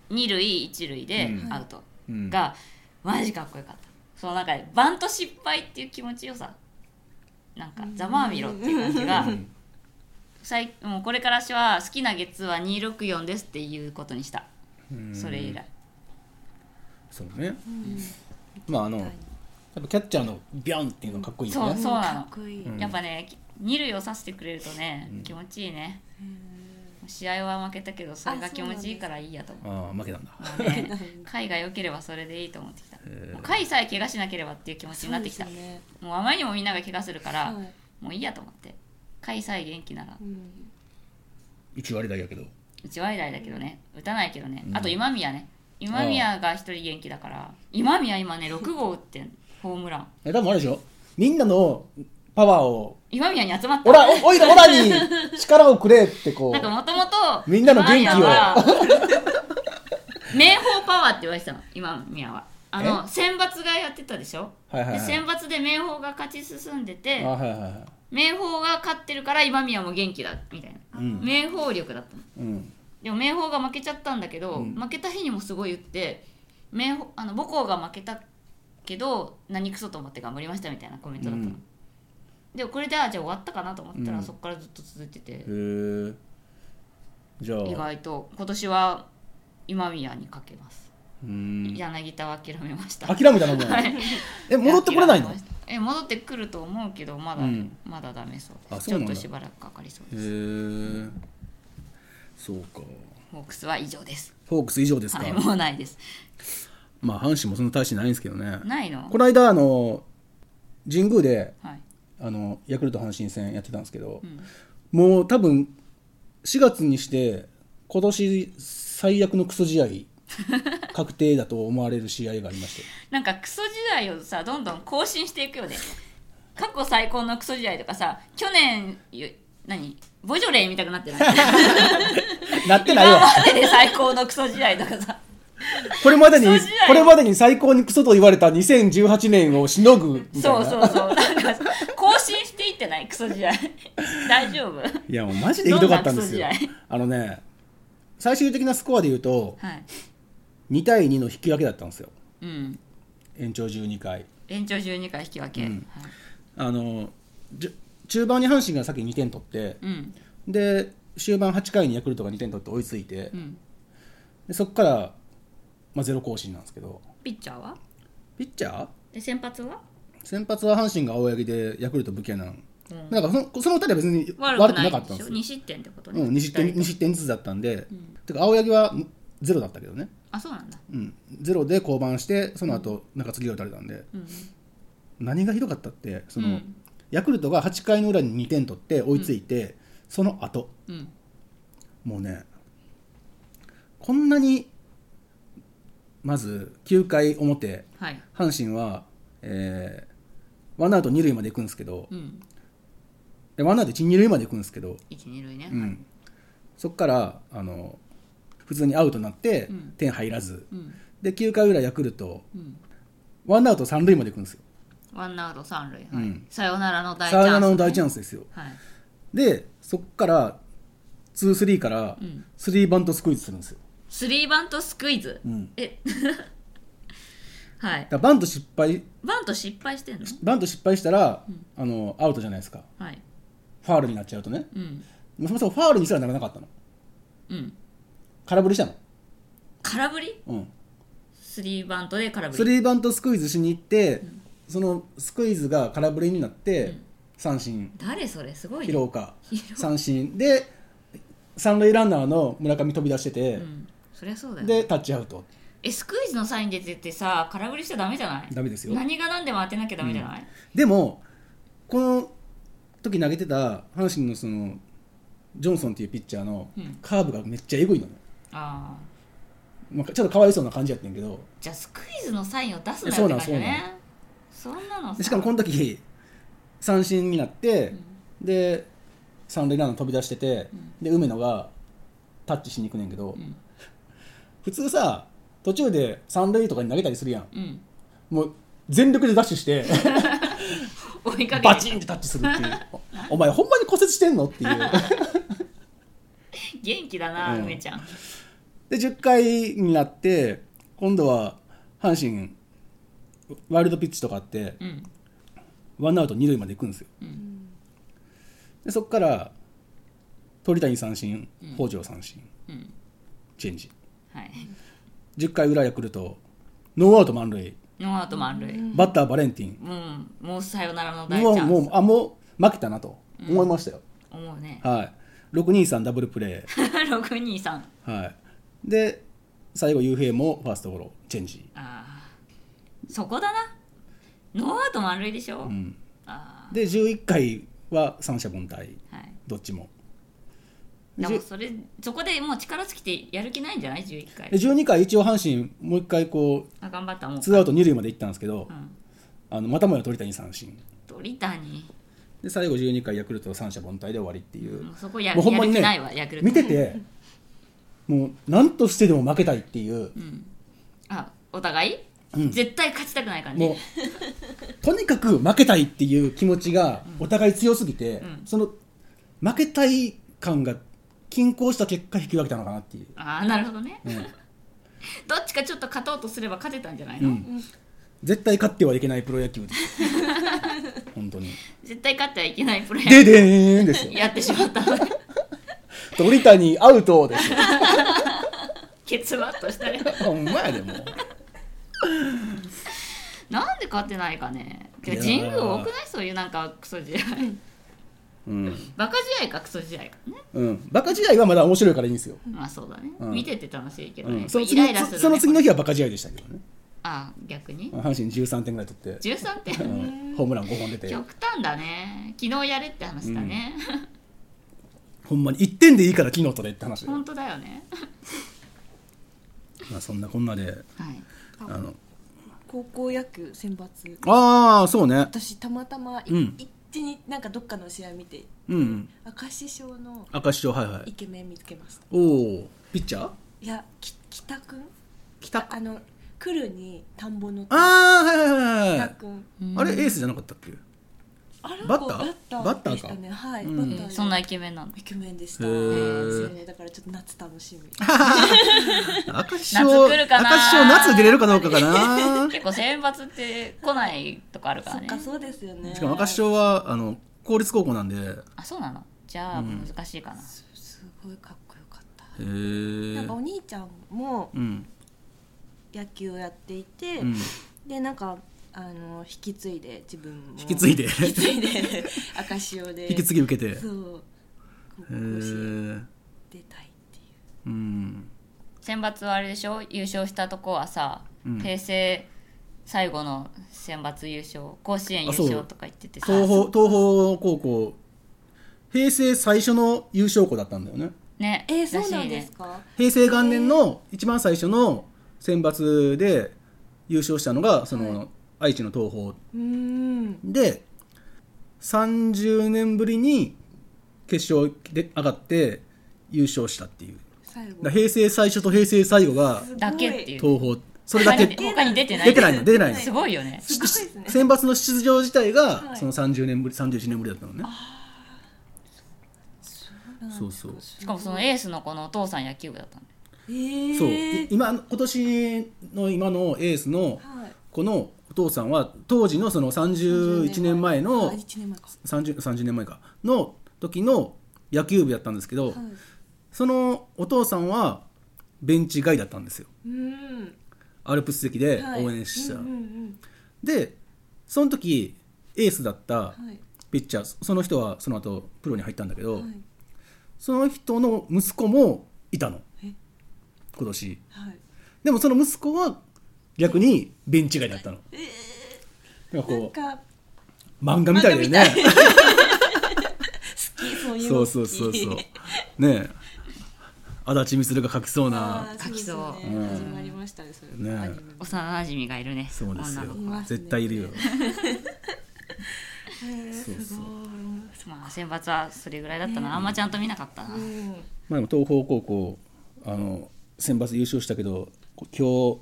[SPEAKER 3] 二塁一塁で
[SPEAKER 4] うん
[SPEAKER 3] アウト
[SPEAKER 4] うん
[SPEAKER 3] が、マジかっこよかったその中でバント失敗っていう気持ちよさなんかざまあみろっていう感じが
[SPEAKER 4] うん
[SPEAKER 3] 最もうこれから私は好きな月は264ですっていうことにした
[SPEAKER 4] うん
[SPEAKER 3] それ以来。
[SPEAKER 4] そうね、まああのやっぱキャッチャーのビャンっていうのがかっこいいよ
[SPEAKER 3] そう
[SPEAKER 4] ね
[SPEAKER 3] そうな
[SPEAKER 5] か
[SPEAKER 3] の
[SPEAKER 5] っ、こいい、
[SPEAKER 4] ん
[SPEAKER 3] やっぱねき二塁を刺してくれるとね、気持ちいいね試合は負けたけどそれが気持ちいいからいいやと思
[SPEAKER 4] ああ負けたんだ
[SPEAKER 3] うね甲斐が良ければそれでいいと思ってきたもう甲斐さえ怪我しなければっていう気持ちになってきた、
[SPEAKER 5] そうですよね
[SPEAKER 3] もうあまりにもみんなが怪我するから、
[SPEAKER 5] はい
[SPEAKER 3] もういいやと思って甲斐さえ元気なら
[SPEAKER 5] うん
[SPEAKER 4] 1割台やけど
[SPEAKER 3] 1割台だけどね打たないけどね、あと今宮ね今宮が一人元気だから今宮今ね6号打ってんホームラン
[SPEAKER 4] え多分あれでしょみんなのパワーを
[SPEAKER 3] 今宮に集まった
[SPEAKER 4] オラおおいらオラに力をくれってこ
[SPEAKER 3] なんか
[SPEAKER 4] う
[SPEAKER 3] もともと
[SPEAKER 4] みんなの元気を
[SPEAKER 3] 明豊パワーって言われてたの今宮はあの選抜がやってたでしょ、
[SPEAKER 4] はいはいはい
[SPEAKER 3] で選抜で明豊が勝ち進んでて
[SPEAKER 4] あはいはいはい
[SPEAKER 3] 明豊が勝ってるから今宮も元気だみたいな、
[SPEAKER 4] うん
[SPEAKER 3] 明豊力だったの
[SPEAKER 4] うん
[SPEAKER 3] でも明豊が負けちゃったんだけど、
[SPEAKER 4] うん
[SPEAKER 3] 負けた日にもすごい言って明豊あの母校が負けたけど何クソと思って頑張りましたみたいなコメントだったの、
[SPEAKER 4] うん
[SPEAKER 3] でこれであじゃあ終わったかなと思ったら、
[SPEAKER 4] うん
[SPEAKER 3] そこからずっと続いてて、
[SPEAKER 4] へえじゃ
[SPEAKER 3] 意
[SPEAKER 4] あ
[SPEAKER 3] 外と今年は今宮にかけます、
[SPEAKER 4] うん
[SPEAKER 3] 柳田は諦めました
[SPEAKER 4] 諦めたのもう
[SPEAKER 3] はい
[SPEAKER 4] え戻ってこれないの
[SPEAKER 3] 諦めましたえ戻ってくると思うけどまだ、
[SPEAKER 4] うん
[SPEAKER 3] まだダメそう
[SPEAKER 4] あ
[SPEAKER 3] です
[SPEAKER 4] そ
[SPEAKER 3] ち
[SPEAKER 4] うな
[SPEAKER 3] ょ
[SPEAKER 4] ん
[SPEAKER 3] っ
[SPEAKER 4] だ
[SPEAKER 3] としばらくかかりそう
[SPEAKER 4] へ
[SPEAKER 3] です
[SPEAKER 4] えそうか
[SPEAKER 3] ホークスは以上です
[SPEAKER 4] ホークス以上ですか
[SPEAKER 3] はいもうないです
[SPEAKER 4] まあ阪神もそんな大してないんですけどね
[SPEAKER 3] ないの
[SPEAKER 4] この間あの神宮で
[SPEAKER 3] はい、
[SPEAKER 4] あのヤクルト阪神戦やってたんですけど
[SPEAKER 3] うん、
[SPEAKER 4] もう多分4月にして今年最悪のクソ 試合確定だと思われる試合がありまして
[SPEAKER 3] なんかクソ時代をさどんどん更新していくよね 過去最高のクソ時代とかさ去年ゆ何ボジョレーみたいになってない
[SPEAKER 4] なっ てない
[SPEAKER 3] 今
[SPEAKER 4] わ
[SPEAKER 3] までで最高のクソ時代とかさ
[SPEAKER 4] これまでに
[SPEAKER 3] クソ試合
[SPEAKER 4] これまでに最高にクソと言われた2018年をしのぐ みたい
[SPEAKER 3] そ
[SPEAKER 4] な
[SPEAKER 3] うそうそうなんか更新していってないクソ時代 大丈夫
[SPEAKER 4] いやもうマジでひどかったんです
[SPEAKER 3] ど
[SPEAKER 4] よ
[SPEAKER 3] んなクソ試合
[SPEAKER 4] あのね最終的なスコアで言うと
[SPEAKER 3] はい、
[SPEAKER 4] 2対2の引き分けだったんですよ
[SPEAKER 3] うん、
[SPEAKER 4] 延長12回
[SPEAKER 3] 延長12回引き分け、
[SPEAKER 4] うん
[SPEAKER 3] はい
[SPEAKER 4] あのじゅ中盤に阪神が先に2点取って
[SPEAKER 3] うん
[SPEAKER 4] で終盤8回にヤクルトが2点取って追いついて、
[SPEAKER 3] うん、
[SPEAKER 4] でそこから、まあ、ゼロ更新なんですけど
[SPEAKER 3] ピッチャーは
[SPEAKER 4] ピッチャー
[SPEAKER 3] で先発は
[SPEAKER 4] 先発は阪神が青柳でヤクルト武家なん、
[SPEAKER 3] うん
[SPEAKER 4] なんかそのその2人は別に
[SPEAKER 3] 悪
[SPEAKER 4] 悪
[SPEAKER 3] く
[SPEAKER 4] く
[SPEAKER 3] な
[SPEAKER 4] ないか
[SPEAKER 3] ん
[SPEAKER 4] っ
[SPEAKER 3] で
[SPEAKER 4] たん
[SPEAKER 3] し
[SPEAKER 4] で
[SPEAKER 3] ょ
[SPEAKER 4] すよ、
[SPEAKER 3] 2失点ってことね、
[SPEAKER 4] うん、2失
[SPEAKER 3] 二人と
[SPEAKER 4] 点二
[SPEAKER 3] も
[SPEAKER 4] 失点ずつだったんで、てか青柳はゼロだったけどね、
[SPEAKER 3] あそうなんだ
[SPEAKER 4] うん、ゼロで降板してその後中継ぎを打たれたんで、
[SPEAKER 3] うん
[SPEAKER 4] 何がひどかったってその、
[SPEAKER 3] うん
[SPEAKER 4] ヤクルトが8回の裏に2点取って追いついて、その後
[SPEAKER 3] うん
[SPEAKER 4] もうねこんなにまず9回表
[SPEAKER 3] はい
[SPEAKER 4] 阪神は、えーワンアウト2塁まで行くんですけど、
[SPEAKER 3] うん
[SPEAKER 4] でワンアウト1、2塁まで行くんですけど、
[SPEAKER 3] 一二塁ね、
[SPEAKER 4] うん、そこからあの普通にアウトになって、
[SPEAKER 3] うん
[SPEAKER 4] 点入らず
[SPEAKER 3] うん
[SPEAKER 4] で9回裏ヤクルト
[SPEAKER 3] うん
[SPEAKER 4] ワンアウト3塁まで行くんですよ
[SPEAKER 3] ワンアウト三塁、はい
[SPEAKER 4] うん
[SPEAKER 3] さよならの大チ
[SPEAKER 4] サ
[SPEAKER 3] ャンス、
[SPEAKER 4] ヨナラの大チャンスですよ
[SPEAKER 3] はい、
[SPEAKER 4] でそこから2-3から
[SPEAKER 3] うん
[SPEAKER 4] 3バントスクイズするんですよ、
[SPEAKER 3] スリーバントスクイズ、
[SPEAKER 4] うん
[SPEAKER 3] え はい
[SPEAKER 4] だからバント失敗
[SPEAKER 3] バント失敗してんの
[SPEAKER 4] バント失敗したら、あのアウトじゃないですか
[SPEAKER 3] はい
[SPEAKER 4] ファールになっちゃうとね
[SPEAKER 3] うん
[SPEAKER 4] そもそもファールにすらならなかったの
[SPEAKER 3] うん
[SPEAKER 4] 空振りしたの、
[SPEAKER 3] 空振り
[SPEAKER 4] うん、
[SPEAKER 3] スリーバントで空振
[SPEAKER 4] ス
[SPEAKER 3] り
[SPEAKER 4] リーバントスクイズしに行って、そのスクイズが空振りになって、三振
[SPEAKER 3] 誰それすごいね
[SPEAKER 4] 広岡
[SPEAKER 3] 広岡
[SPEAKER 4] 三振で三塁ランナーの村上飛び出して
[SPEAKER 3] う
[SPEAKER 4] て、
[SPEAKER 3] んそりゃそうだよ
[SPEAKER 4] でタッチアウト
[SPEAKER 3] えスクイズのサイン出ててさ空振りしちゃダメじゃない
[SPEAKER 4] ダメですよ
[SPEAKER 3] 何が何でも当てなきゃダメじゃない、
[SPEAKER 4] でもこの時投げてた阪神のそのジョンソンっていうピッチャーの
[SPEAKER 3] うん
[SPEAKER 4] カーブがめっちゃエグいのよ、
[SPEAKER 3] ああ
[SPEAKER 4] まあ、ちょっとかわいそうな感じやってんけど
[SPEAKER 3] じゃあスクイズのサインを出すな
[SPEAKER 4] そ
[SPEAKER 3] よ
[SPEAKER 4] う
[SPEAKER 3] って感
[SPEAKER 4] なの
[SPEAKER 3] じだねそんなのさ
[SPEAKER 4] でしかもこの時三振になって、で三塁ランナー飛び出してて、で梅野がタッチしに行くねんけど、
[SPEAKER 3] ん
[SPEAKER 4] 普通さ途中で三塁とかに投げたりするやん
[SPEAKER 3] うん
[SPEAKER 4] もう全力でダッシュして
[SPEAKER 3] 追いかけて
[SPEAKER 4] バチンってタッチするっていうおお前ほんまに骨折してんのっていう
[SPEAKER 3] 元気だな、
[SPEAKER 4] うん
[SPEAKER 3] 梅ちゃん
[SPEAKER 4] で10回になって今度は阪神ワイルドピッチとかあって
[SPEAKER 3] うん
[SPEAKER 4] ワンアウト二塁まで行くんですよ、
[SPEAKER 3] うん
[SPEAKER 4] でそこから鳥谷三振北条三振、
[SPEAKER 3] うん
[SPEAKER 4] チェンジ
[SPEAKER 3] はい
[SPEAKER 4] 10回裏ヤクルトノーアウト満塁
[SPEAKER 3] ノーアウト満塁
[SPEAKER 4] バッターバレンティン、
[SPEAKER 3] うんもうさよならの大チ
[SPEAKER 4] もう
[SPEAKER 3] ャンス
[SPEAKER 4] もうあもう負けたなと思いましたよ、
[SPEAKER 3] 思うね
[SPEAKER 4] はい623ダブルプレ
[SPEAKER 3] 623
[SPEAKER 4] ー、はい、で最後雄平もファーストゴロチェンジ、
[SPEAKER 3] あーそこだなノーアウト満塁でしょ、
[SPEAKER 4] うん、
[SPEAKER 3] あ
[SPEAKER 4] で11回は三者凡退
[SPEAKER 3] あはい
[SPEAKER 4] どっちも
[SPEAKER 3] でも
[SPEAKER 4] じ
[SPEAKER 3] それそこでもう力尽きてやる気ないんじゃない11回
[SPEAKER 4] で12回一応阪神もう1回こ
[SPEAKER 3] あ頑張ったも
[SPEAKER 4] う
[SPEAKER 3] う
[SPEAKER 4] ツーアウト2塁まで行ったんですけど、
[SPEAKER 3] うん
[SPEAKER 4] あのまたもや鳥谷三振
[SPEAKER 3] 鳥谷
[SPEAKER 4] で最後12回ヤクルト三者凡退で終わりっていう、
[SPEAKER 3] もうそこや
[SPEAKER 4] もうほん
[SPEAKER 3] や
[SPEAKER 4] ま
[SPEAKER 3] る気
[SPEAKER 4] にね
[SPEAKER 3] ないわヤクルト
[SPEAKER 4] 見ててもう何としてでも負けたいっていう
[SPEAKER 3] うんあお互い、
[SPEAKER 4] うん
[SPEAKER 3] 絶対勝ちたくないから
[SPEAKER 4] もう
[SPEAKER 3] ね
[SPEAKER 4] とにかく負けたいっていう気持ちがお互い強すぎて、
[SPEAKER 3] うん
[SPEAKER 4] その負けたい感が均衡した結果引き分けたのかなっ ていう、
[SPEAKER 3] ああなるほどね
[SPEAKER 4] うん
[SPEAKER 3] どっちかちょっと勝とうとすれば勝てたんじゃないの、
[SPEAKER 4] うん絶対勝ってはいけないプロ野球です 本当に
[SPEAKER 3] 絶対勝ってはいけないプレー
[SPEAKER 4] ででーんですよ
[SPEAKER 3] やってしまった
[SPEAKER 4] 鳥谷アウトですよ
[SPEAKER 3] 結末としたね
[SPEAKER 4] ほんまやでもう
[SPEAKER 3] なんで勝てないかねてか
[SPEAKER 4] いや
[SPEAKER 3] 神
[SPEAKER 4] ー
[SPEAKER 3] 宮多くないそういうなんかクソ試合
[SPEAKER 4] うん、
[SPEAKER 3] バカ試合かクソ試合かね
[SPEAKER 4] うん、バカ試合はまだ面白いからいいんですよ、
[SPEAKER 3] まあそうだね、
[SPEAKER 4] うん
[SPEAKER 3] 見てて楽しいけど
[SPEAKER 4] う
[SPEAKER 3] ね、
[SPEAKER 4] ん、その
[SPEAKER 3] イ
[SPEAKER 4] 次
[SPEAKER 3] ライラする、ね、
[SPEAKER 4] そその次の日はバカ試合でしたけどね
[SPEAKER 3] あ逆に
[SPEAKER 4] 阪神13点ぐらい取って、
[SPEAKER 3] 13
[SPEAKER 4] う
[SPEAKER 3] 点
[SPEAKER 4] ん、ホームラン5本出て
[SPEAKER 3] 極端だね昨日やれって話だね、
[SPEAKER 4] ほんまに1点でいいから昨日取れって話で
[SPEAKER 3] 本当だよね
[SPEAKER 4] まあ、そんなこんなで
[SPEAKER 3] はい
[SPEAKER 4] あの
[SPEAKER 5] 高校野球選抜
[SPEAKER 4] ああそうね
[SPEAKER 5] 私たまたまい
[SPEAKER 4] うん
[SPEAKER 5] 一気になんかどっかの試合見て
[SPEAKER 4] うんうん
[SPEAKER 5] 明石小の
[SPEAKER 4] 赤潮はいはい
[SPEAKER 5] イケメン見つけました
[SPEAKER 4] おおピッチャー
[SPEAKER 5] いやき北くん
[SPEAKER 4] 北
[SPEAKER 5] あの来るに田んぼの
[SPEAKER 4] ああはいはいはい
[SPEAKER 5] 北
[SPEAKER 4] はい
[SPEAKER 5] くん
[SPEAKER 4] あれエースじゃなかったっけへ
[SPEAKER 5] あら
[SPEAKER 4] バッター
[SPEAKER 5] バッターでしたねはい、
[SPEAKER 4] うん
[SPEAKER 5] バ
[SPEAKER 3] う
[SPEAKER 5] ッター
[SPEAKER 3] ん
[SPEAKER 5] で
[SPEAKER 3] そんなイケメンなんだ
[SPEAKER 5] イケメンでした
[SPEAKER 4] へー
[SPEAKER 5] そうねだからちょっと夏楽しみ
[SPEAKER 4] 赤潮
[SPEAKER 3] 夏来るかな
[SPEAKER 4] 赤潮夏出れるかどうかか な
[SPEAKER 3] 結構選抜って来ないとかあるか
[SPEAKER 5] そ
[SPEAKER 3] ら
[SPEAKER 5] っ
[SPEAKER 3] ね
[SPEAKER 5] かそうですよね
[SPEAKER 4] しかも赤潮はあの公立高校なんでへ
[SPEAKER 3] あそうなのじゃあ
[SPEAKER 4] うん
[SPEAKER 3] 難しいかな、
[SPEAKER 5] すごいかっこよかった
[SPEAKER 4] え
[SPEAKER 5] なんかお兄ちゃんも
[SPEAKER 4] うん
[SPEAKER 5] 野球をやっていて、
[SPEAKER 4] うん
[SPEAKER 5] でなんかあの引き継いで自分も
[SPEAKER 4] 引き継いで
[SPEAKER 5] 引き継いで赤潮で
[SPEAKER 4] 引き継ぎ受けてへ
[SPEAKER 5] そう高校
[SPEAKER 4] え
[SPEAKER 5] 生出たいっていう
[SPEAKER 4] うん
[SPEAKER 3] 選抜はあれでしょ優勝したとこはさ、
[SPEAKER 4] うん
[SPEAKER 3] 平成最後の選抜優勝甲子園優
[SPEAKER 4] あそう
[SPEAKER 3] 勝とか言っててさ
[SPEAKER 4] 東邦東邦高校平成最初の優勝校だったんだよね
[SPEAKER 3] ね
[SPEAKER 5] えー、
[SPEAKER 3] ら
[SPEAKER 5] そう
[SPEAKER 3] しい
[SPEAKER 5] な
[SPEAKER 3] ね
[SPEAKER 5] んですか
[SPEAKER 4] 平成元年の一番最初の選抜で優勝したのがその、愛知の東邦
[SPEAKER 5] うーん
[SPEAKER 4] で30年ぶりに決勝で上がって優勝したっていう
[SPEAKER 5] 最
[SPEAKER 4] だ
[SPEAKER 5] 後
[SPEAKER 4] から平成最初と平成最後が
[SPEAKER 5] すごい
[SPEAKER 3] だけっていう
[SPEAKER 4] 東邦それだけ
[SPEAKER 3] 他に他に 出てない
[SPEAKER 4] 出てないの出てないの
[SPEAKER 3] すごいよね
[SPEAKER 5] すごいですね
[SPEAKER 4] 選抜の出場自体
[SPEAKER 5] は
[SPEAKER 4] が
[SPEAKER 5] い
[SPEAKER 4] その30年ぶり31年ぶりだったのねそうそう
[SPEAKER 3] しかもそのエースの子のお父さん野球部だったの
[SPEAKER 5] えー、
[SPEAKER 4] そう今今年の今のエースの
[SPEAKER 5] はい
[SPEAKER 4] このお父さんは当時のその31年前の
[SPEAKER 5] あ1年前か
[SPEAKER 4] 30, 30年前かの時の野球部やったんですけど、
[SPEAKER 5] はい
[SPEAKER 4] そのお父さんはベンチ外だったんですよ
[SPEAKER 5] うーん
[SPEAKER 4] アルプス席で応援した、
[SPEAKER 5] はいうんうん
[SPEAKER 4] でその時エースだった
[SPEAKER 5] うんはい
[SPEAKER 4] ピッチャーその人はその後プロに入ったんだけど、
[SPEAKER 5] はい
[SPEAKER 4] その人の息子もいたの
[SPEAKER 5] え
[SPEAKER 4] 今年
[SPEAKER 5] はい
[SPEAKER 4] でもその息子は逆にベンチ外だったの、なんか
[SPEAKER 5] なん
[SPEAKER 4] こ
[SPEAKER 5] か
[SPEAKER 4] う漫画みたい
[SPEAKER 5] 漫
[SPEAKER 4] だよ
[SPEAKER 5] 画み
[SPEAKER 4] ね
[SPEAKER 5] 好きそういうの
[SPEAKER 4] そ
[SPEAKER 5] 好
[SPEAKER 4] う
[SPEAKER 5] き
[SPEAKER 4] そうそう そうねえ足立みつるが書きそうな
[SPEAKER 5] あー
[SPEAKER 3] 書きそう
[SPEAKER 5] ですよね
[SPEAKER 4] うん
[SPEAKER 5] 始まりましたねそれ
[SPEAKER 4] ね
[SPEAKER 5] アニメ
[SPEAKER 3] 幼馴染がいるね
[SPEAKER 4] そうですよ
[SPEAKER 3] 女の子
[SPEAKER 5] いますね
[SPEAKER 4] 絶対い る
[SPEAKER 5] へ
[SPEAKER 4] よ
[SPEAKER 5] ー
[SPEAKER 4] そうそう
[SPEAKER 5] すごい
[SPEAKER 3] まあ選抜はそれぐらいだったな、あんまちゃんと見なかったな、
[SPEAKER 5] うん
[SPEAKER 4] まあ、でも東邦高校あの選抜優勝したけどこ今日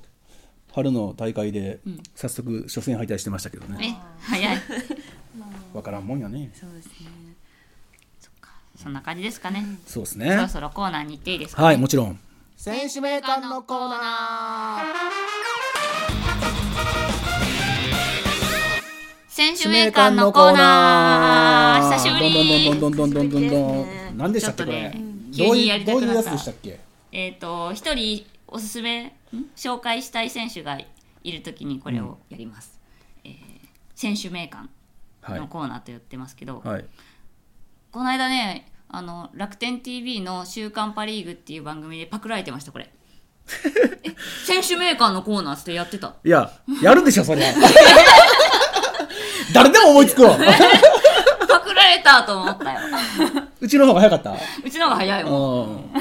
[SPEAKER 4] 春の大会で早速初戦敗退してましたけどね、
[SPEAKER 3] え早い
[SPEAKER 4] わからんもんやね
[SPEAKER 5] そうですね
[SPEAKER 3] そんな感じですかね、
[SPEAKER 4] そうです
[SPEAKER 3] そ
[SPEAKER 4] ね
[SPEAKER 3] ろそろコーナーに行っていいですか、
[SPEAKER 4] はいもちろん
[SPEAKER 3] 選手名鑑のコーナー選手名鑑のコーナー久しぶり
[SPEAKER 4] どんどんどんどんどんど
[SPEAKER 5] 久しぶりで
[SPEAKER 4] んどんど
[SPEAKER 5] すね
[SPEAKER 4] ん何でしたっけこ
[SPEAKER 3] ちょっと
[SPEAKER 4] れ
[SPEAKER 3] ねうん
[SPEAKER 4] どう
[SPEAKER 3] 急にや
[SPEAKER 4] い
[SPEAKER 3] り
[SPEAKER 4] う
[SPEAKER 3] た
[SPEAKER 4] どう
[SPEAKER 3] く
[SPEAKER 4] いう
[SPEAKER 3] な
[SPEAKER 4] や
[SPEAKER 3] っ
[SPEAKER 4] つ
[SPEAKER 3] た
[SPEAKER 4] でしたっけ
[SPEAKER 3] えっ、と一人おすすめん紹介したい選手がいるときにこれをやります、えー選手名鑑
[SPEAKER 4] はい
[SPEAKER 3] のコーナーと言ってますけど、
[SPEAKER 4] はい
[SPEAKER 3] この間ねあの楽天 TV の「週刊パ・リーグ」っていう番組でパクられてました これえ選手名鑑のコーナーってやってた
[SPEAKER 4] いややるでしょそれ誰でも思いつくわ
[SPEAKER 3] パクられたと思 ったよ
[SPEAKER 4] うちの方が早かった
[SPEAKER 3] うちの方が早いもん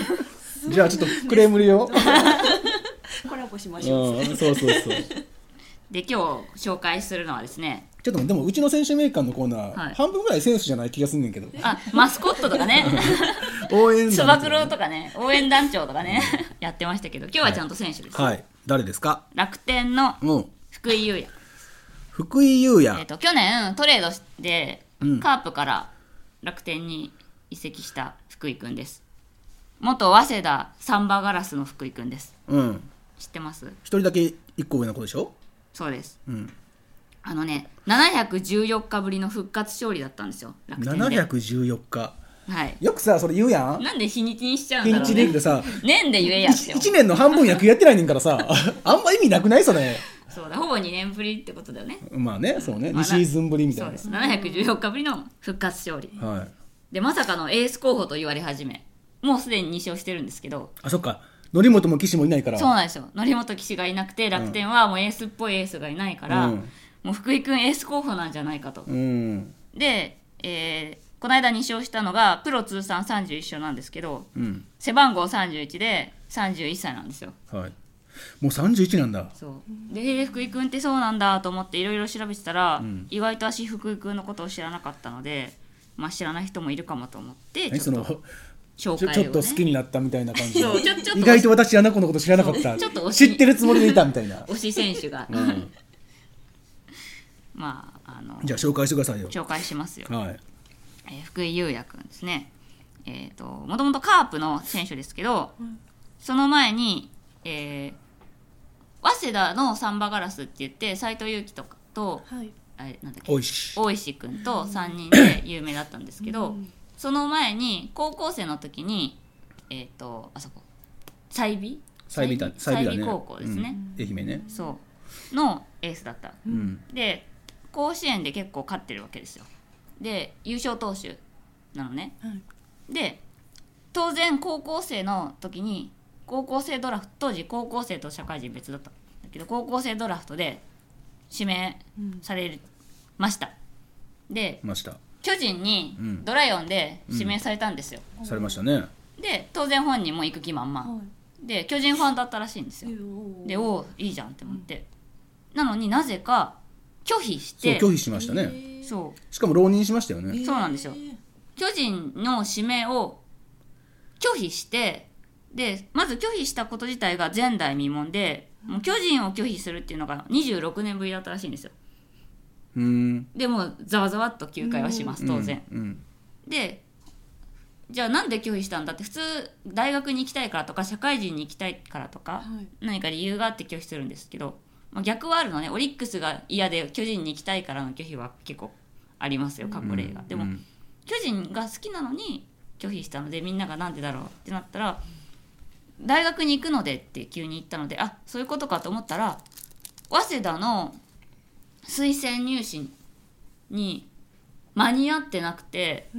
[SPEAKER 4] うんじゃあちょっとクレーム入れよう
[SPEAKER 5] コラボしましょう
[SPEAKER 4] うんそうそうそう
[SPEAKER 3] で今日紹介するのはですね
[SPEAKER 4] ちょっとでもうちの選手名鑑のコーナー、
[SPEAKER 3] はい
[SPEAKER 4] 半分ぐらいセンスじゃない気がすんねんけど
[SPEAKER 3] あマスコットとかね
[SPEAKER 4] 応援
[SPEAKER 3] つば
[SPEAKER 4] 団
[SPEAKER 3] 九郎とかね応援団長とかねやってましたけど今日はちゃんと選手です、
[SPEAKER 4] はい誰ですか
[SPEAKER 3] 楽天の
[SPEAKER 4] うん
[SPEAKER 3] 福井優也、
[SPEAKER 4] 福井優
[SPEAKER 3] えー、
[SPEAKER 4] 也
[SPEAKER 3] と去年トレードで、
[SPEAKER 4] うん
[SPEAKER 3] カープから楽天に移籍した福井くんです元早稲田サンバガラスの福井くんです
[SPEAKER 4] うん
[SPEAKER 3] 知ってます
[SPEAKER 4] 一人だけ一個上の子でしょ
[SPEAKER 3] そうです
[SPEAKER 4] うん
[SPEAKER 3] あのね714日ぶりの復活勝利だったんですよ楽天で
[SPEAKER 4] 714日
[SPEAKER 3] はい
[SPEAKER 4] よくさそれ言うやん
[SPEAKER 3] なんで日にちにしちゃうん
[SPEAKER 4] ピ
[SPEAKER 3] だ
[SPEAKER 4] ン
[SPEAKER 3] ろ
[SPEAKER 4] チ
[SPEAKER 3] う
[SPEAKER 4] リーグ
[SPEAKER 3] ね
[SPEAKER 4] でさ
[SPEAKER 3] 年で言えやってよ
[SPEAKER 4] 1年の半分野球やってないねんから さあんま意味なくないそれ
[SPEAKER 3] そうだほぼ2年ぶりってことだよね
[SPEAKER 4] まあねそうね
[SPEAKER 3] まあ
[SPEAKER 4] 2シーズンぶりみた
[SPEAKER 3] そう
[SPEAKER 4] い
[SPEAKER 3] です714日ぶりの復活勝利
[SPEAKER 4] なはい
[SPEAKER 3] でまさかのエース候補と言われ始めもうすでに2勝してるんですけど
[SPEAKER 4] あそっか則本も岸もいないから
[SPEAKER 3] そうなんですよ則本騎士がいなくて楽天はもうエースっぽいエースがいないから、
[SPEAKER 4] うん
[SPEAKER 3] もう福井君エース候補なんじゃないかと、
[SPEAKER 4] うん
[SPEAKER 3] で、えーこの間2勝したのがプロ通算31勝なんですけど
[SPEAKER 4] うん
[SPEAKER 3] 背番号31で31歳なんですよ
[SPEAKER 4] はいもう31なんだ
[SPEAKER 3] そうでへー福井君ってそうなんだと思っていろいろ調べてたら、
[SPEAKER 4] ん
[SPEAKER 3] 意外と私福井君のことを知らなかったので、まあ、知らない人もいるかもと思って
[SPEAKER 4] 何
[SPEAKER 3] ち
[SPEAKER 4] そ
[SPEAKER 3] ょっと
[SPEAKER 4] の
[SPEAKER 3] 紹
[SPEAKER 4] ちょ
[SPEAKER 3] 介を、ね、
[SPEAKER 4] ちょっと好きになったみたいな感じ
[SPEAKER 3] そうちょちょっと
[SPEAKER 4] 意外と私あの子のこと知らなかっ
[SPEAKER 3] そ
[SPEAKER 4] た
[SPEAKER 3] うちょっと惜しい
[SPEAKER 4] 知ってるつもりでいたみた いな、
[SPEAKER 3] 推し選手が、
[SPEAKER 4] うん、
[SPEAKER 3] まああの
[SPEAKER 4] じゃあ紹介してくださいよ
[SPEAKER 3] 紹介しますよ、
[SPEAKER 4] はい
[SPEAKER 3] えー福井優也くんですねえっ、ともともとカープの選手ですけど、その前に、えー早稲田のサンバガラスって言って斎藤佑樹とかと
[SPEAKER 5] はい
[SPEAKER 3] あれなんだっけ
[SPEAKER 4] おいし
[SPEAKER 3] 大石くんと3人で有名だったんですけど、その前に高校生の時にえっ、とあそこ済美
[SPEAKER 4] サイビだ
[SPEAKER 3] 済美高校ですね、
[SPEAKER 4] うん愛媛ね
[SPEAKER 3] そうのエースだった
[SPEAKER 4] うん
[SPEAKER 3] で甲子園で結構勝ってるわけですよで優勝投手なのね
[SPEAKER 5] はい
[SPEAKER 3] で当然高校生の時に高校生ドラフト当時高校生と社会人別だったんだけど高校生ドラフトで指名
[SPEAKER 5] うん
[SPEAKER 3] されましたで
[SPEAKER 4] ました
[SPEAKER 3] 巨人に
[SPEAKER 4] うん
[SPEAKER 3] ドライオンで指名されたんですよ、
[SPEAKER 4] されましたね
[SPEAKER 3] で当然本人も行く気満々、
[SPEAKER 5] は
[SPEAKER 3] で巨人ファンだったらしいんですよ
[SPEAKER 5] いおー
[SPEAKER 3] でおおいいじゃんって思って、なのになぜか拒否し
[SPEAKER 4] そう
[SPEAKER 3] て
[SPEAKER 4] 拒否しましたね
[SPEAKER 5] えー
[SPEAKER 3] そう
[SPEAKER 4] しかも浪人しましたよね
[SPEAKER 3] そうなんですよ巨人の指名を拒否してでまず拒否したこと自体が前代未聞でもう巨人を拒否するっていうのが26年ぶりだったらしいんですよ
[SPEAKER 4] うん
[SPEAKER 3] でもうざわざわっと休会はします当然、
[SPEAKER 4] うん
[SPEAKER 3] でじゃあなんで拒否したんだって普通大学に行きたいからとか社会人に行きたいからとか、
[SPEAKER 5] はい
[SPEAKER 3] 何か理由があって拒否するんですけど、まあ、逆はあるのねオリックスが嫌で巨人に行きたいからの拒否は結構ありますよ過去例が、でも、
[SPEAKER 4] うん
[SPEAKER 3] 巨人が好きなのに拒否したのでみんながなんでだろうってなったら大学に行くのでって急に言ったのであそういうことかと思ったら早稲田の推薦入試に間に合ってなくて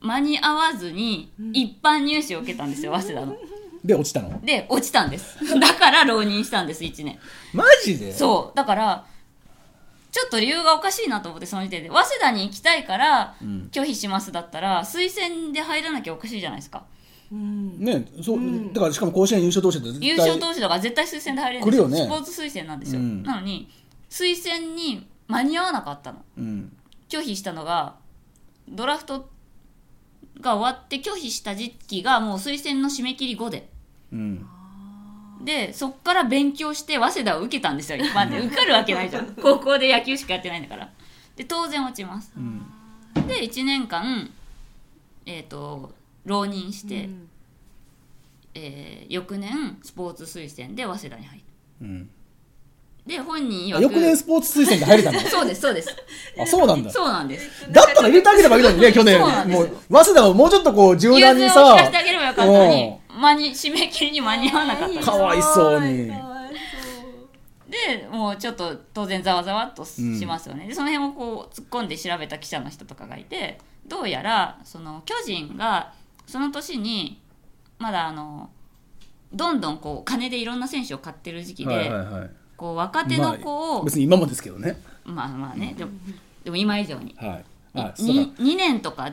[SPEAKER 3] 間に合わずに一般入試を受けたんですよ早稲田の。
[SPEAKER 4] で落ちたの
[SPEAKER 3] で落ちたんですだから浪人したんです1年。
[SPEAKER 4] マジで
[SPEAKER 3] そうだからちょっと理由がおかしいなと思ってその時点で早稲田に行きたいから
[SPEAKER 4] ん
[SPEAKER 3] 拒否しますだったら推薦で入らなきゃおかしいじゃないですか
[SPEAKER 5] うん
[SPEAKER 4] ねそう、
[SPEAKER 5] うん
[SPEAKER 4] だからしかも甲子園優勝投手って絶対
[SPEAKER 3] 優勝投手だから絶対推薦で入れるんです
[SPEAKER 4] 来るよね
[SPEAKER 3] スポーツ推薦なんですよ、
[SPEAKER 4] うん
[SPEAKER 3] なのに推薦に間に合わなかったの
[SPEAKER 4] うん
[SPEAKER 3] 拒否したのがドラフトが終わって拒否した時期がもう推薦の締め切り後で
[SPEAKER 4] うん
[SPEAKER 3] でそっから勉強して早稲田を受けたんですよ一般で受かるわけないじゃ ん高校で野球しかやってないんだからで当然落ちます、
[SPEAKER 4] ん
[SPEAKER 3] で1年間えっ、と浪人して、
[SPEAKER 5] うん
[SPEAKER 3] えー翌年スポーツ推薦で早稲田に入る
[SPEAKER 4] うん
[SPEAKER 3] で本人曰
[SPEAKER 4] あ
[SPEAKER 3] く
[SPEAKER 4] 翌年スポーツ推薦で入れ たの
[SPEAKER 3] そうですそうです
[SPEAKER 4] あそうなんだ
[SPEAKER 3] そうなんです
[SPEAKER 4] だったら入れてあげればいいのにね去年
[SPEAKER 3] そうなんです
[SPEAKER 4] も
[SPEAKER 3] よ
[SPEAKER 4] う早稲田をもうちょっとこう柔
[SPEAKER 3] 融
[SPEAKER 4] 軟
[SPEAKER 3] 通
[SPEAKER 4] に
[SPEAKER 3] を
[SPEAKER 4] さ
[SPEAKER 3] 聞かせてあげればよかったのに間に締め切りに間に合わなかったんです
[SPEAKER 4] かわいそうに
[SPEAKER 5] かわいそう
[SPEAKER 3] でもうちょっと当然ざわざわっとしますよね、でその辺をこう突っ込んで調べた記者の人とかがいてどうやらその巨人がその年にまだあのどんどんこう金でいろんな選手を買ってる時期で、
[SPEAKER 4] はいはいはい
[SPEAKER 3] こう若手の子
[SPEAKER 4] まあ
[SPEAKER 3] を、
[SPEAKER 4] 別に今もですけどね
[SPEAKER 3] まあ、まあねでもでも今以上に
[SPEAKER 4] はいはいそうだ
[SPEAKER 3] に 2, 年とか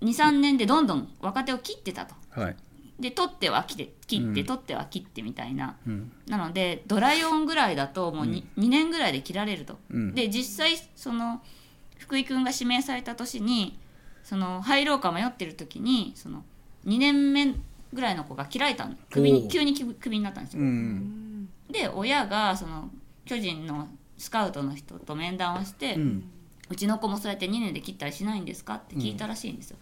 [SPEAKER 3] 23年でどんどん若手を切ってたと
[SPEAKER 4] はい
[SPEAKER 3] で取っては切って切って、
[SPEAKER 4] うん
[SPEAKER 3] 取っては切ってみたいな
[SPEAKER 4] うん
[SPEAKER 3] なのでドライオンぐらいだともう 2,、二年ぐらいで切られると、
[SPEAKER 4] うん
[SPEAKER 3] で実際その福井君が指名された年にその入ろうか迷ってる時にその2年目ぐらいの子が切られたの首
[SPEAKER 4] お
[SPEAKER 3] に
[SPEAKER 4] う
[SPEAKER 3] 急にき首になったんです
[SPEAKER 4] う
[SPEAKER 3] よ、
[SPEAKER 4] ん
[SPEAKER 3] で親がその巨人のスカウトの人と面談をして、
[SPEAKER 4] う
[SPEAKER 3] うんちの子もそうやって2年で切ったりしないんですかって聞いたらしいんですよ、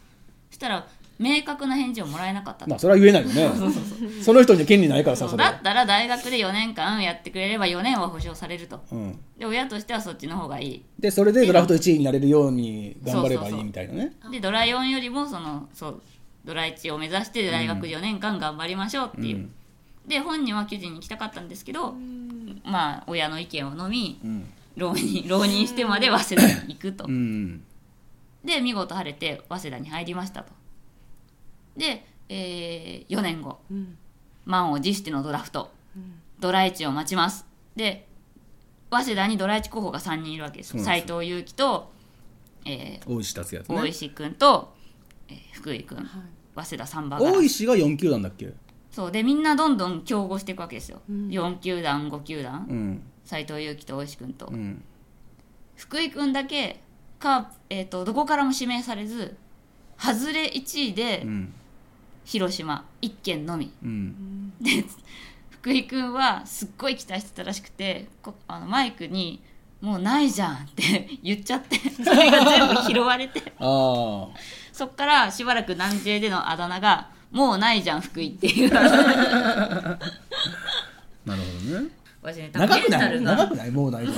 [SPEAKER 3] そしたら明確な返事をもらえなかったと
[SPEAKER 4] まあそれは言えないよねその人には権利ないからさそ
[SPEAKER 3] だ
[SPEAKER 4] れは
[SPEAKER 3] ったら大学で4年間やってくれれば4年は保証されると
[SPEAKER 4] うん
[SPEAKER 3] で親としてはそっちの方がいい
[SPEAKER 4] でそれでドラフト1位になれるように頑張ればいいみたいなね
[SPEAKER 3] でドライオンよりもそのそうドラ1を目指して大学4年間頑張りましょうっていう、
[SPEAKER 4] うん
[SPEAKER 3] で本人は巨人に行きたかったんですけど、まあ親の意見をのみ
[SPEAKER 4] うん
[SPEAKER 3] 浪人浪人してまで早稲田に行くと、
[SPEAKER 4] うん
[SPEAKER 3] で見事晴れて早稲田に入りましたとで、え4年後
[SPEAKER 5] うん
[SPEAKER 3] 満を持してのドラフト
[SPEAKER 5] うん
[SPEAKER 3] ドラ1を待ちますで早稲田にドラ1候補が3人いるわけです
[SPEAKER 4] そうなん
[SPEAKER 3] 斎
[SPEAKER 4] です
[SPEAKER 3] 藤佑樹と、えー
[SPEAKER 4] 大石達也と
[SPEAKER 3] 大
[SPEAKER 4] ね
[SPEAKER 3] 石君と、えー福井君
[SPEAKER 5] はい
[SPEAKER 3] 早稲田三番から
[SPEAKER 4] 大石が4球団だっけ
[SPEAKER 3] そうでみんなどんどん競合していくわけですよ、
[SPEAKER 5] ん
[SPEAKER 3] 4球団5球
[SPEAKER 4] う
[SPEAKER 3] 団
[SPEAKER 4] ん
[SPEAKER 3] 斎藤佑樹と大石君と、
[SPEAKER 4] うん
[SPEAKER 3] 福井君だけか、えー、とどこからも指名されず外れ1位
[SPEAKER 4] う
[SPEAKER 3] で
[SPEAKER 4] ん
[SPEAKER 3] 広島1県のみ
[SPEAKER 4] うん
[SPEAKER 3] 福井君はすっごい期待してたらしくてこあのマイクに「もうないじゃん」って 言っちゃってそれが全部拾われて
[SPEAKER 4] ああ
[SPEAKER 3] そっからしばらく南 J でのあだ名が「もうないじゃん福井」っていう。
[SPEAKER 4] なるほどね
[SPEAKER 3] 私ね、
[SPEAKER 4] 長く
[SPEAKER 3] メンタ
[SPEAKER 4] な
[SPEAKER 3] ル
[SPEAKER 4] い
[SPEAKER 3] が
[SPEAKER 4] 長くないもうないわ
[SPEAKER 3] きっ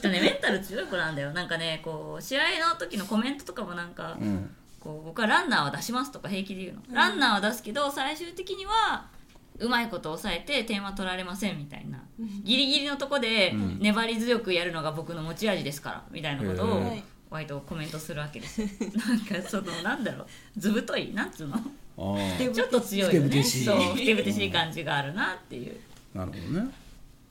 [SPEAKER 3] とねメンタル強い子なんだよなんかねこう試合の時のコメントとかもなんか、
[SPEAKER 4] うん
[SPEAKER 3] こう僕はランナーは出しますとか平気で言うの、ランナーは出すけど最終的にはうまいこと抑えて点は取られませんみたいなギリギリのとこで粘り強くやるのが僕の持ち味ですからみたいなこと
[SPEAKER 4] へ
[SPEAKER 3] を
[SPEAKER 4] ー
[SPEAKER 5] はい
[SPEAKER 3] 割とコメントするわけですよなんかそのなんだろうずぶといなんつうの
[SPEAKER 4] あー
[SPEAKER 5] で
[SPEAKER 3] ちょっと強いよ
[SPEAKER 4] ふてぶ
[SPEAKER 3] ね
[SPEAKER 4] てしい
[SPEAKER 3] そうふてぶてしい感じがあるなっていう
[SPEAKER 4] なるほどね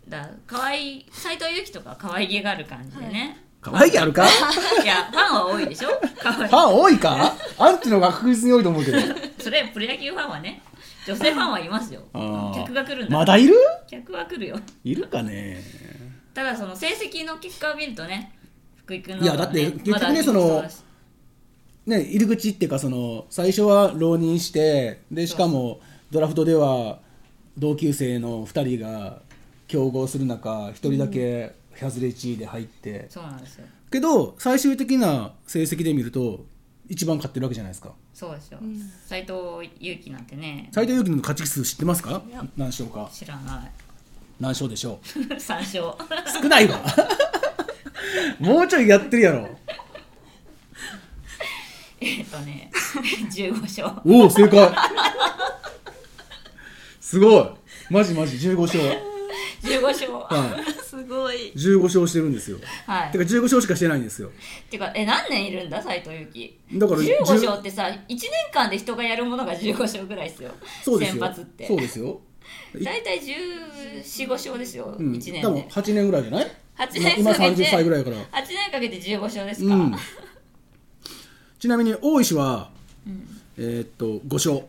[SPEAKER 3] だから可愛い斎藤由貴とかは可愛げがある感じでね、
[SPEAKER 4] 可愛いやるかフ
[SPEAKER 3] い、やファンは多いでしょ可愛い
[SPEAKER 4] ァン多いかアンチの方が確実に多いと思うけど
[SPEAKER 3] それプロ野球ファンはね女性ファンはいますよ
[SPEAKER 4] あー
[SPEAKER 3] 客が来るんだ、
[SPEAKER 4] まだいる
[SPEAKER 3] 客は来るよ
[SPEAKER 4] いるかね
[SPEAKER 3] ただその成績の結果を見るとね福井君の
[SPEAKER 4] い
[SPEAKER 3] 方
[SPEAKER 4] や
[SPEAKER 3] が
[SPEAKER 4] だって
[SPEAKER 3] ね、
[SPEAKER 4] 結局ね
[SPEAKER 3] まだ
[SPEAKER 4] その
[SPEAKER 3] そうだし
[SPEAKER 4] ね入り口っていうかその最初は浪人してでしかもドラフトでは同級生の2人が競合する中1人だけ外れ1位で入って、
[SPEAKER 3] そうなんですよ
[SPEAKER 4] けど最終的な成績で見ると一番勝ってるわけじゃないですか
[SPEAKER 3] そうですよ
[SPEAKER 5] うん
[SPEAKER 3] 斎、藤由貴なんてね
[SPEAKER 4] 斉藤佑樹の勝ち数知ってますか
[SPEAKER 5] いや
[SPEAKER 4] 何勝か
[SPEAKER 3] 知らない
[SPEAKER 4] 何勝でしょ
[SPEAKER 3] 三勝
[SPEAKER 4] う少 ないわもうちょいやってるやろ
[SPEAKER 3] えっと ね15勝
[SPEAKER 4] おお正解すごいマジマジ15勝
[SPEAKER 3] 15勝
[SPEAKER 4] は
[SPEAKER 5] すごい
[SPEAKER 4] い15勝してるんですよ
[SPEAKER 3] はい
[SPEAKER 4] てか15勝しかしてないんですよ
[SPEAKER 3] てかえ何年いるんだ斎藤佑樹
[SPEAKER 4] だから
[SPEAKER 3] 15
[SPEAKER 4] じゅ
[SPEAKER 3] 勝ってさ1年間で人がやるものが15勝ぐらいですよ
[SPEAKER 4] そうです
[SPEAKER 3] 先
[SPEAKER 4] よ
[SPEAKER 3] 発って
[SPEAKER 4] そうですよい
[SPEAKER 3] 大体1415勝ですよ、
[SPEAKER 4] うん
[SPEAKER 3] 1年
[SPEAKER 4] 多分
[SPEAKER 3] で
[SPEAKER 4] 8年ぐらいじゃない
[SPEAKER 3] 8年
[SPEAKER 4] 今
[SPEAKER 3] かけ
[SPEAKER 4] 30
[SPEAKER 3] て
[SPEAKER 4] 歳ぐらいだから
[SPEAKER 3] 8年かけて15勝ですか、
[SPEAKER 4] うん、ちなみに大石は、えーっと5勝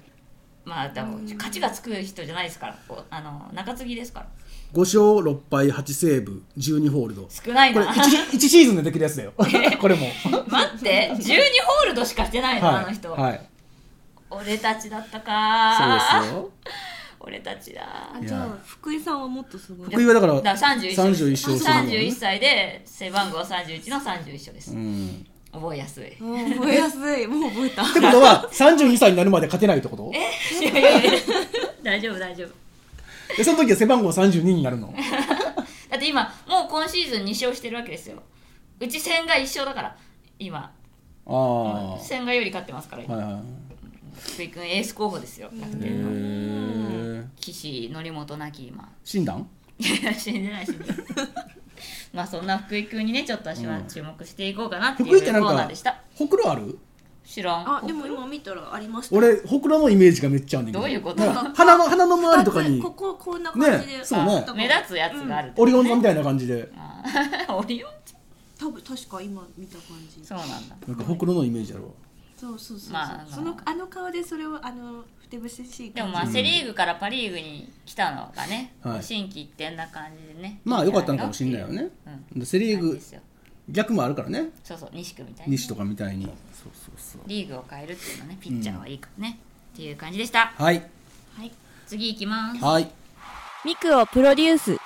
[SPEAKER 3] まあでも勝ちがつく人じゃないですからこうあの中継ぎですから
[SPEAKER 4] 5勝6敗8セーブ12ホールド
[SPEAKER 3] 少ない
[SPEAKER 4] これ
[SPEAKER 3] な
[SPEAKER 4] 1, 1シーズンでできるやつだよ これも
[SPEAKER 3] 待って12ホールドしかしてないの、 あの人、
[SPEAKER 4] はい
[SPEAKER 3] 俺たちだった
[SPEAKER 4] そ
[SPEAKER 3] か
[SPEAKER 4] うですよ
[SPEAKER 3] 俺たちだ
[SPEAKER 5] あじゃあ福井さんはもっとすごい
[SPEAKER 4] 福井はだから
[SPEAKER 3] だから31勝
[SPEAKER 4] 31勝するもんね
[SPEAKER 3] 31歳で背番号31の31勝です、
[SPEAKER 4] うん
[SPEAKER 3] 覚えやすい
[SPEAKER 5] うん覚えやすいもう覚えた
[SPEAKER 4] ってことは32歳になるまで勝てないってこと
[SPEAKER 3] いやいやいや大丈夫大丈夫
[SPEAKER 4] でその時は背番号32になるの
[SPEAKER 3] だって今もう今シーズン2勝してるわけですようち千賀1勝だから今
[SPEAKER 4] あ
[SPEAKER 3] 千賀より勝ってますから
[SPEAKER 4] あ
[SPEAKER 3] 今
[SPEAKER 4] はいはい
[SPEAKER 3] 福井君エース候補ですよ楽
[SPEAKER 4] へ
[SPEAKER 3] 天の
[SPEAKER 4] え
[SPEAKER 3] 岸則本なき今
[SPEAKER 4] 診断
[SPEAKER 3] いや死んでない死んでない まあそんな福井君にねちょっと私は注目していこうかなっていう
[SPEAKER 4] 福井ってなん
[SPEAKER 3] コーナー
[SPEAKER 4] か
[SPEAKER 3] でした
[SPEAKER 4] ほくろある
[SPEAKER 3] 知らん
[SPEAKER 5] あでも今見たらありました
[SPEAKER 4] 俺ほくろのイメージがめっちゃあんねんけ
[SPEAKER 3] どういうこと
[SPEAKER 4] なんか鼻の鼻の周りと かに
[SPEAKER 5] こここんな感じで、
[SPEAKER 4] ねそうね
[SPEAKER 5] あ
[SPEAKER 3] 目立つやつがあるって
[SPEAKER 4] オリオン座みたいな感じで
[SPEAKER 3] あー オリオン
[SPEAKER 5] 多分確か今見た感じ
[SPEAKER 3] そうなんだ
[SPEAKER 4] なんかほくろのイメージだろ
[SPEAKER 5] そうそうそうそう、
[SPEAKER 3] まああの
[SPEAKER 5] そのあの顔でそれをあのふてぶせしい
[SPEAKER 3] でも
[SPEAKER 5] 感
[SPEAKER 3] まあセ・リーグからパ・リーグに来たのがね、
[SPEAKER 4] はい
[SPEAKER 3] 新規一転な感じでね
[SPEAKER 4] まあ良かったのかもしれないよねでセ・リ
[SPEAKER 3] リ
[SPEAKER 4] ー
[SPEAKER 3] ーグ
[SPEAKER 4] グ逆もあるからね
[SPEAKER 3] そうそう西区みたいな
[SPEAKER 4] 西とかみたいにそうそうそう
[SPEAKER 3] リーグを変えるっていうのはねピッチャーはいいからね、っていう感じでした
[SPEAKER 4] はい
[SPEAKER 3] 次行きます
[SPEAKER 4] はい
[SPEAKER 6] ミクをプロデュース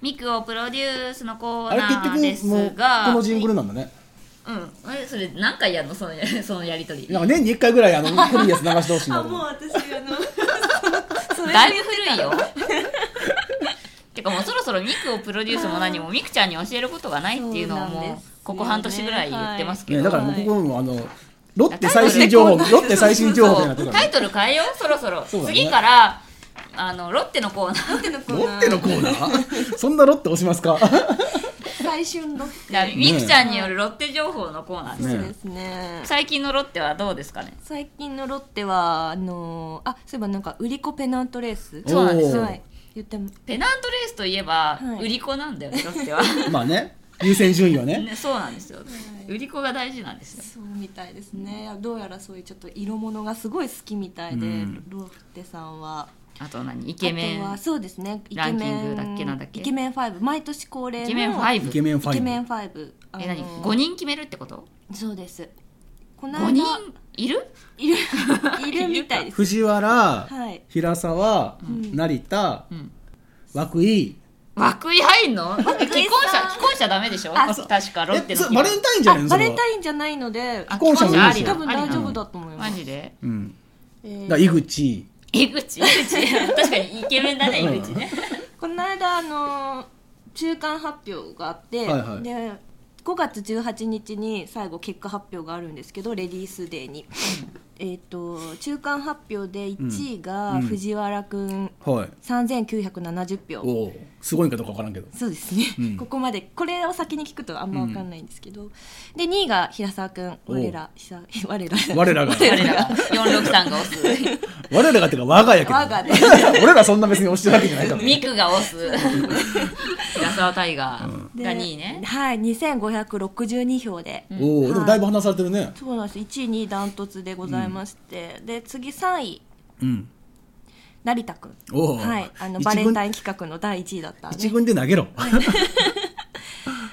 [SPEAKER 3] ミクをプロデュースのコ
[SPEAKER 4] あ
[SPEAKER 3] ー
[SPEAKER 4] れ
[SPEAKER 3] ナーで
[SPEAKER 4] 結
[SPEAKER 3] す
[SPEAKER 4] 局もうこ
[SPEAKER 3] が
[SPEAKER 4] のジングルなんだね
[SPEAKER 3] うんあれそれ何回やんのそのそのやりとり
[SPEAKER 4] なんか年に1回ぐら いあの古いやつ流してほしいん
[SPEAKER 5] あ
[SPEAKER 4] だけ
[SPEAKER 5] もう
[SPEAKER 4] ど
[SPEAKER 5] 私あのそれ
[SPEAKER 3] だいぶ古いよてかもうそろそろミクをプロデュースも何もミクちゃんに教えることがないっていうのを
[SPEAKER 5] そうなん
[SPEAKER 3] もう
[SPEAKER 5] ですよね
[SPEAKER 3] ここ半年ぐらい言ってますけど、
[SPEAKER 4] ねだからもうここもあのロッテ
[SPEAKER 3] だから
[SPEAKER 4] 最新情報ロッテ最新情報みたいになって
[SPEAKER 3] そう
[SPEAKER 4] る
[SPEAKER 3] タ
[SPEAKER 4] から
[SPEAKER 3] イ
[SPEAKER 4] ね
[SPEAKER 3] トル変えようそろそろ
[SPEAKER 4] そうだね
[SPEAKER 3] 次からあのロッテのコーナー
[SPEAKER 5] ロッテのコ
[SPEAKER 4] ロ
[SPEAKER 5] ー
[SPEAKER 4] ッ
[SPEAKER 5] ナ
[SPEAKER 4] テの
[SPEAKER 5] ー
[SPEAKER 4] コーナー そんなロッテ押しますか
[SPEAKER 5] 最春ロッ
[SPEAKER 3] だからミクちゃんによるロッテ情報のコーナーです、
[SPEAKER 5] テ
[SPEAKER 4] ね
[SPEAKER 5] ですね
[SPEAKER 3] 最近のロッテはどうですかね
[SPEAKER 5] 最近のロッテはあのーあそういえばなんか売り子ペナントレース
[SPEAKER 4] そうなんですおー
[SPEAKER 5] はい言っても
[SPEAKER 3] ペナントレースといえば、
[SPEAKER 5] はい
[SPEAKER 3] 売り子なんだよねロッテは、
[SPEAKER 4] まあね優先順位はね
[SPEAKER 3] ね、そうなんですよ、売り子が大事なんですよ
[SPEAKER 5] そうみたいですねどうやらそういうちょっと色物がすごい好きみたいで、
[SPEAKER 4] うん
[SPEAKER 5] ロッテさんは
[SPEAKER 3] あと何イケメ
[SPEAKER 5] あとは
[SPEAKER 3] ン
[SPEAKER 5] そうですねイ
[SPEAKER 3] ラ
[SPEAKER 5] ケ
[SPEAKER 3] ンキ
[SPEAKER 5] メ
[SPEAKER 3] ング
[SPEAKER 5] ン
[SPEAKER 3] だっけなんだっけ
[SPEAKER 5] イケメン5毎年恒例の
[SPEAKER 3] イケメン
[SPEAKER 4] イケ
[SPEAKER 3] 5
[SPEAKER 4] メン
[SPEAKER 5] イケメン
[SPEAKER 4] 5
[SPEAKER 5] 5あの
[SPEAKER 3] え何5人決めるってこと
[SPEAKER 5] そうですこの間
[SPEAKER 3] 5人いる
[SPEAKER 5] いるいるみたいです
[SPEAKER 4] 藤原
[SPEAKER 5] はい
[SPEAKER 4] 平沢
[SPEAKER 5] ん
[SPEAKER 4] 成田
[SPEAKER 3] うん
[SPEAKER 4] 涌井
[SPEAKER 3] 涌井入んの既婚者
[SPEAKER 5] 井
[SPEAKER 3] 既
[SPEAKER 5] さん
[SPEAKER 3] 婚者ダメでしょ
[SPEAKER 5] あ
[SPEAKER 3] 確かロッテ
[SPEAKER 4] え
[SPEAKER 3] の
[SPEAKER 4] そバレンタインじゃない
[SPEAKER 5] あ
[SPEAKER 4] の
[SPEAKER 5] バ
[SPEAKER 4] それ
[SPEAKER 5] レ
[SPEAKER 4] は
[SPEAKER 5] ンタインじゃないので
[SPEAKER 3] あ
[SPEAKER 4] 既婚者もいるし
[SPEAKER 3] 既
[SPEAKER 5] 多
[SPEAKER 3] 婚
[SPEAKER 5] 分
[SPEAKER 3] 者ありなの
[SPEAKER 5] 大丈夫だと思いま
[SPEAKER 3] マ
[SPEAKER 5] す
[SPEAKER 3] ジで
[SPEAKER 4] うん
[SPEAKER 5] えー
[SPEAKER 4] だから井口
[SPEAKER 3] 井口井口確かにイケメンだね井口 ね
[SPEAKER 5] この間あのー中間発表があって、
[SPEAKER 4] はいはい
[SPEAKER 5] で5月18日に最後結果発表があるんですけどレディースデーにえっ、と中間発表で1位
[SPEAKER 4] う
[SPEAKER 5] が
[SPEAKER 4] ん
[SPEAKER 5] 藤原くん
[SPEAKER 4] はい
[SPEAKER 5] 3970票。
[SPEAKER 4] おおすごいんかどうかわからんけど
[SPEAKER 5] そうですね、
[SPEAKER 4] うん
[SPEAKER 5] ここまでこれを先に聞くとあんま分かんないんですけど、で2位が平沢君
[SPEAKER 4] お
[SPEAKER 5] 我らひさ 我ら
[SPEAKER 4] 我らが
[SPEAKER 3] 我らが463が押 す
[SPEAKER 4] 我らがってか我がやけど
[SPEAKER 5] 我がで
[SPEAKER 4] 俺らそんな別に押してるわけじゃないからね
[SPEAKER 3] ミクが 押す平沢大河
[SPEAKER 5] で
[SPEAKER 3] が2位ね
[SPEAKER 5] はい2562票で、
[SPEAKER 4] おおでもだいぶ離されてるね
[SPEAKER 5] そうなんです1位2位ダントツでございまして、で次3位
[SPEAKER 4] うん
[SPEAKER 5] 成田君
[SPEAKER 4] おお
[SPEAKER 5] はいあのバレンタイン企画の第1位だった、
[SPEAKER 4] 一
[SPEAKER 5] ね、
[SPEAKER 4] 軍で投げろ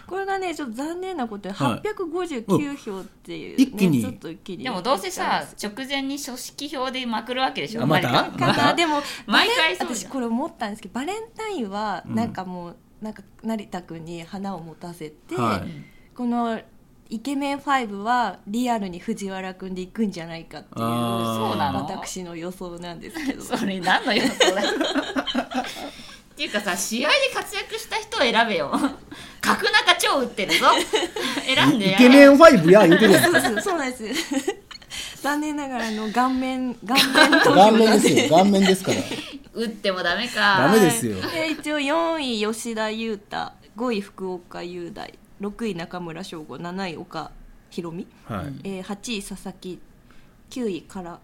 [SPEAKER 5] これがねちょっと残念なことで
[SPEAKER 4] はい
[SPEAKER 5] 859票っていう、ね
[SPEAKER 4] 一気に
[SPEAKER 5] ちょっと一気に
[SPEAKER 3] でもどうせさ直前に書式表でまくるわけでしょ
[SPEAKER 4] あまた
[SPEAKER 3] バレた
[SPEAKER 5] かなでも
[SPEAKER 3] 毎
[SPEAKER 5] バレン
[SPEAKER 3] 回そうじ
[SPEAKER 5] 私
[SPEAKER 3] ゃん
[SPEAKER 5] これ思ったんですけどバレンタインは
[SPEAKER 4] うん
[SPEAKER 5] なんかもう、なんか成田君に花を持たせて、
[SPEAKER 4] はい
[SPEAKER 5] このイケメン5はリアルに藤原君で行くんじゃないかっていう
[SPEAKER 3] ー
[SPEAKER 4] あ
[SPEAKER 3] そうなの
[SPEAKER 5] 私の予想なんですけど
[SPEAKER 3] それ何の予想だよっていうかさ試合で活躍した人を選べよ角中超打ってる ぞ選んで
[SPEAKER 4] イ
[SPEAKER 3] や
[SPEAKER 4] ケメン5や言うて るやん
[SPEAKER 5] そうそうそうなんです 残念ながらあの顔面 顔面投票
[SPEAKER 4] 顔面ですよ顔面ですから
[SPEAKER 3] 打ってもダメ
[SPEAKER 4] ダ
[SPEAKER 3] か
[SPEAKER 4] メですよ
[SPEAKER 5] はいで一応4位吉田優太5位福岡雄大6位中村翔吾7位岡博美
[SPEAKER 4] はい
[SPEAKER 5] えー、8位佐々木9位から